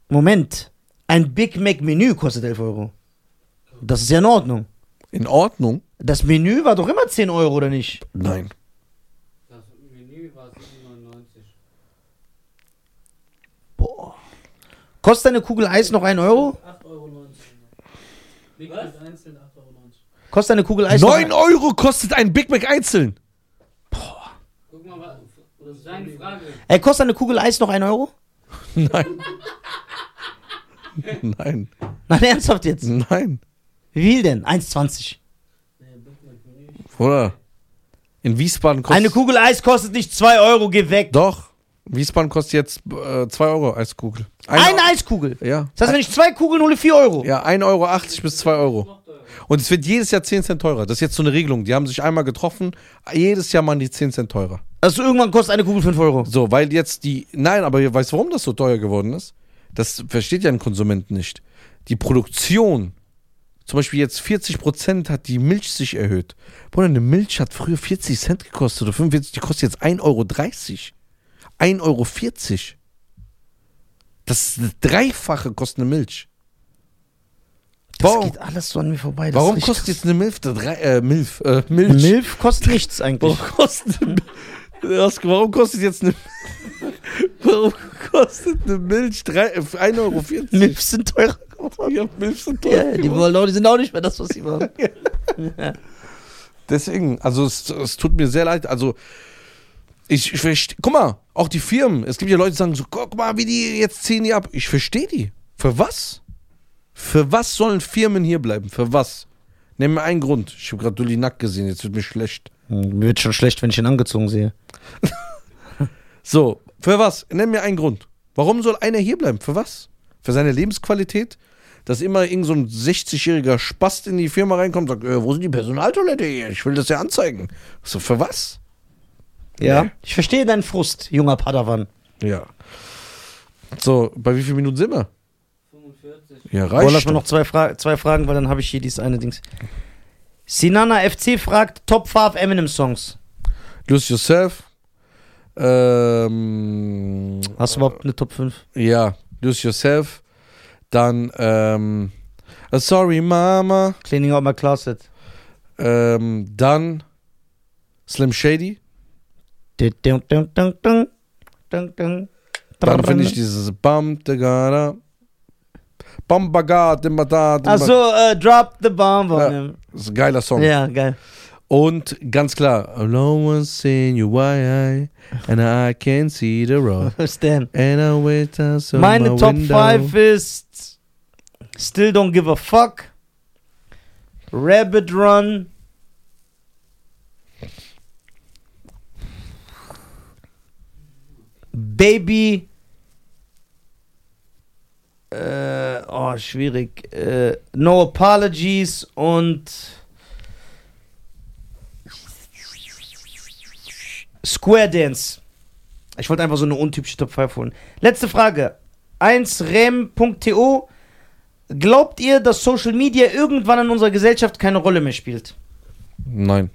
Speaker 2: Moment. Ein Big Mac Menü kostet 11 Euro. Das ist ja in Ordnung.
Speaker 1: In Ordnung?
Speaker 2: Das Menü war doch immer 10 Euro, oder nicht?
Speaker 1: Nein.
Speaker 3: Das Menü war 7,99.
Speaker 2: Boah. Kostet eine Kugel Eis noch 1 Euro?
Speaker 3: 8,90 Euro. Big Mac einzeln 8,90 Euro.
Speaker 2: Kostet eine Kugel Eis noch
Speaker 1: 9 Euro kostet ein Big Mac einzeln.
Speaker 3: Guck mal, was, das ist deine Frage.
Speaker 2: Ey, Äh, kostet eine Kugel Eis noch 1 Euro? [laughs]
Speaker 1: Nein. Nein.
Speaker 2: Nein, ernsthaft jetzt.
Speaker 1: Nein.
Speaker 2: Wie viel denn? 1,20.
Speaker 3: Nee, Big Mac Menü.
Speaker 1: Oder? In Wiesbaden kostet.
Speaker 2: Eine Kugel Eis kostet nicht 2 Euro, geh weg.
Speaker 1: Doch. Wiesbaden kostet jetzt 2 Euro Eiskugel. Ein-
Speaker 2: Eine Eiskugel.
Speaker 1: Ja.
Speaker 2: Das heißt, wenn ich zwei Kugeln hole, 4 Euro.
Speaker 1: Ja, 1,80 Euro bis 2 Euro. Und es wird jedes Jahr 10 Cent teurer. Das ist jetzt so eine Regelung. Die haben sich einmal getroffen. Jedes Jahr machen die 10 Cent teurer.
Speaker 2: Also irgendwann kostet eine Kugel 5 Euro.
Speaker 1: So, weil jetzt die. Nein, aber ihr weißt, warum das so teuer geworden ist? Das versteht ja ein Konsument nicht. Die Produktion, zum Beispiel jetzt 40% hat die Milch sich erhöht. Bruder, eine Milch hat früher 40 Cent gekostet oder 45, die kostet jetzt 1,30 Euro. 1,40 Euro. Das ist eine dreifache kostet eine Milch.
Speaker 2: Das
Speaker 1: Warum-
Speaker 2: geht alles so an mir vorbei. Das ist
Speaker 1: Warum
Speaker 2: richtig
Speaker 1: kostet
Speaker 2: krass.
Speaker 1: jetzt eine Milf, da drei, äh, Milf, äh, Milch?
Speaker 2: Milf kostet nichts eigentlich.
Speaker 1: Warum kostet eine [laughs] Mil- Raske, Warum kostet jetzt eine [laughs] Warum kostet eine Milch drei- äh, 1,40 Euro?
Speaker 2: Milfs sind teurer
Speaker 1: [laughs]
Speaker 2: geworden.
Speaker 1: Ja, Milch sind teuer
Speaker 2: Ja, die,
Speaker 1: geworden.
Speaker 2: wollen auch, die sind auch nicht mehr das, was sie [laughs] waren.
Speaker 1: Deswegen, also es, es tut mir sehr leid. Also ich, ich verstehe, guck mal, auch die Firmen. Es gibt ja Leute, die sagen so, guck mal, wie die jetzt ziehen die ab. Ich verstehe die. Für was? Für was sollen Firmen hier bleiben? Für was? Nenn mir einen Grund. Ich habe gerade Dulli nackt gesehen, jetzt wird mir schlecht.
Speaker 2: Mir wird schon schlecht, wenn ich ihn angezogen sehe.
Speaker 1: So, für was? Nenn mir einen Grund. Warum soll einer hier bleiben? Für was? Für seine Lebensqualität? Dass immer irgend so ein 60-jähriger Spast in die Firma reinkommt und sagt, äh, wo sind die Personaltoilette hier? Ich will das ja anzeigen. So, für was?
Speaker 2: Ja.
Speaker 1: Nee.
Speaker 2: Ich verstehe deinen Frust, junger Padawan.
Speaker 1: Ja. So, bei wie vielen Minuten sind wir?
Speaker 3: 45.
Speaker 1: Ja, reicht.
Speaker 2: Boah, lass mal
Speaker 1: doch.
Speaker 2: noch zwei, Fra zwei Fragen, weil dann habe ich hier dieses eine Dings. Sinana FC fragt Top 5 Eminem-Songs.
Speaker 1: Lose Yourself. Ähm,
Speaker 2: Hast du überhaupt eine Top 5?
Speaker 1: ja, Lose Yourself. Dann, ähm, äh, Sorry Mama.
Speaker 2: Cleaning Out My Closet.
Speaker 1: Ähm, dann Slim Shady.
Speaker 2: Dun, dun, dun, dun, dun. Dun, dun.
Speaker 1: Dann finde ich dieses Bam, Tagara. Bam, Baga, Dimba, Da, Dimba.
Speaker 2: Achso, äh, Drop the Bomb.
Speaker 1: Ja.
Speaker 2: Ja.
Speaker 1: Das ist ein geiler Song.
Speaker 2: ja, geil. [laughs]
Speaker 1: Und ganz klar, Alone in your eye, and I can see the road.
Speaker 2: Stan.
Speaker 1: And I wait outside
Speaker 2: Meine
Speaker 1: my
Speaker 2: Top
Speaker 1: uh, window.
Speaker 2: 5 ist Still Don't Give a Fuck, Rabbit Run, Baby. Äh, oh, schwierig. Äh, no Apologies und Square Dance. Ich wollte einfach so eine untypische Top 5 holen. Letzte Frage. 1rem.to Glaubt ihr, dass Social Media irgendwann in unserer Gesellschaft keine Rolle mehr spielt?
Speaker 1: Nein.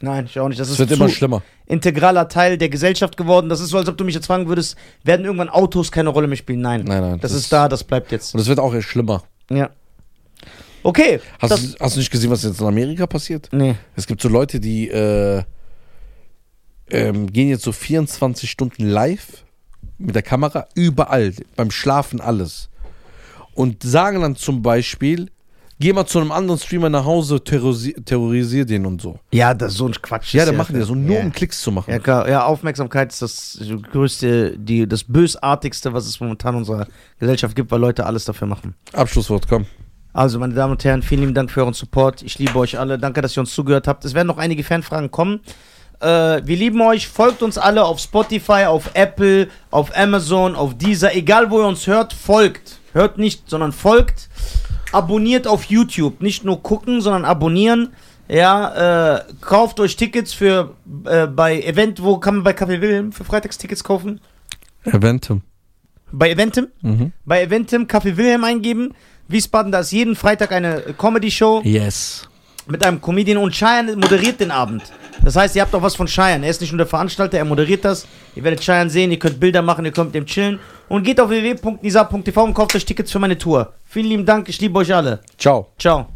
Speaker 2: Nein, ich auch nicht. Das
Speaker 1: Es
Speaker 2: ist
Speaker 1: wird
Speaker 2: zu
Speaker 1: immer schlimmer.
Speaker 2: integraler Teil der Gesellschaft geworden. Das ist so, als ob du mich jetzt fragen würdest, werden irgendwann Autos keine Rolle mehr spielen? Nein.
Speaker 1: Nein, nein,
Speaker 2: Das,
Speaker 1: das-
Speaker 2: ist da, das bleibt jetzt.
Speaker 1: Und es wird auch erst schlimmer.
Speaker 2: Ja. Okay.
Speaker 1: Hast,
Speaker 2: das,
Speaker 1: du, hast du nicht gesehen, was jetzt in Amerika passiert?
Speaker 2: nee.
Speaker 1: Es gibt so Leute, die äh, ähm, gehen jetzt so 24 Stunden live mit der Kamera überall, beim Schlafen alles. Und sagen dann zum Beispiel, geh mal zu einem anderen Streamer nach Hause, terrorisi terrorisier den und so.
Speaker 2: Ja, das ist so ein Quatsch.
Speaker 1: Ja, dann machen die das, um nur
Speaker 2: ja.
Speaker 1: um Klicks zu machen.
Speaker 2: Ja, klar. Ja, Aufmerksamkeit ist das größte, die, das bösartigste, was es momentan in unserer Gesellschaft gibt, weil Leute alles dafür machen.
Speaker 1: Abschlusswort, komm.
Speaker 2: Also, meine Damen und Herren, vielen lieben Dank für euren Support. Ich liebe euch alle. Danke, dass ihr uns zugehört habt. Es werden noch einige Fanfragen kommen. Äh, wir lieben euch. Folgt uns alle auf Spotify, auf Apple, auf Amazon, auf Deezer. Egal, wo ihr uns hört, folgt. Hört nicht, sondern folgt. Abonniert auf YouTube. Nicht nur gucken, sondern abonnieren. Ja, äh, kauft euch Tickets für äh, bei Event. Wo kann man bei Café Wilhelm für Freitagstickets kaufen?
Speaker 1: Eventum.
Speaker 2: Bei Eventim?
Speaker 1: Mhm.
Speaker 2: Bei Eventim Café Wilhelm eingeben. Wiesbaden, da ist jeden Freitag eine Comedy-Show
Speaker 1: Yes.
Speaker 2: mit einem Comedian und Cheyenne moderiert den Abend. Das heißt, ihr habt auch was von Cheyenne. Er ist nicht nur der Veranstalter, er moderiert das. Ihr werdet Cheyenne sehen, ihr könnt Bilder machen, ihr könnt mit dem chillen. Und geht auf www.nisa.tv und kauft euch Tickets für meine Tour. Vielen lieben Dank, ich liebe euch alle.
Speaker 1: Ciao.
Speaker 2: Ciao.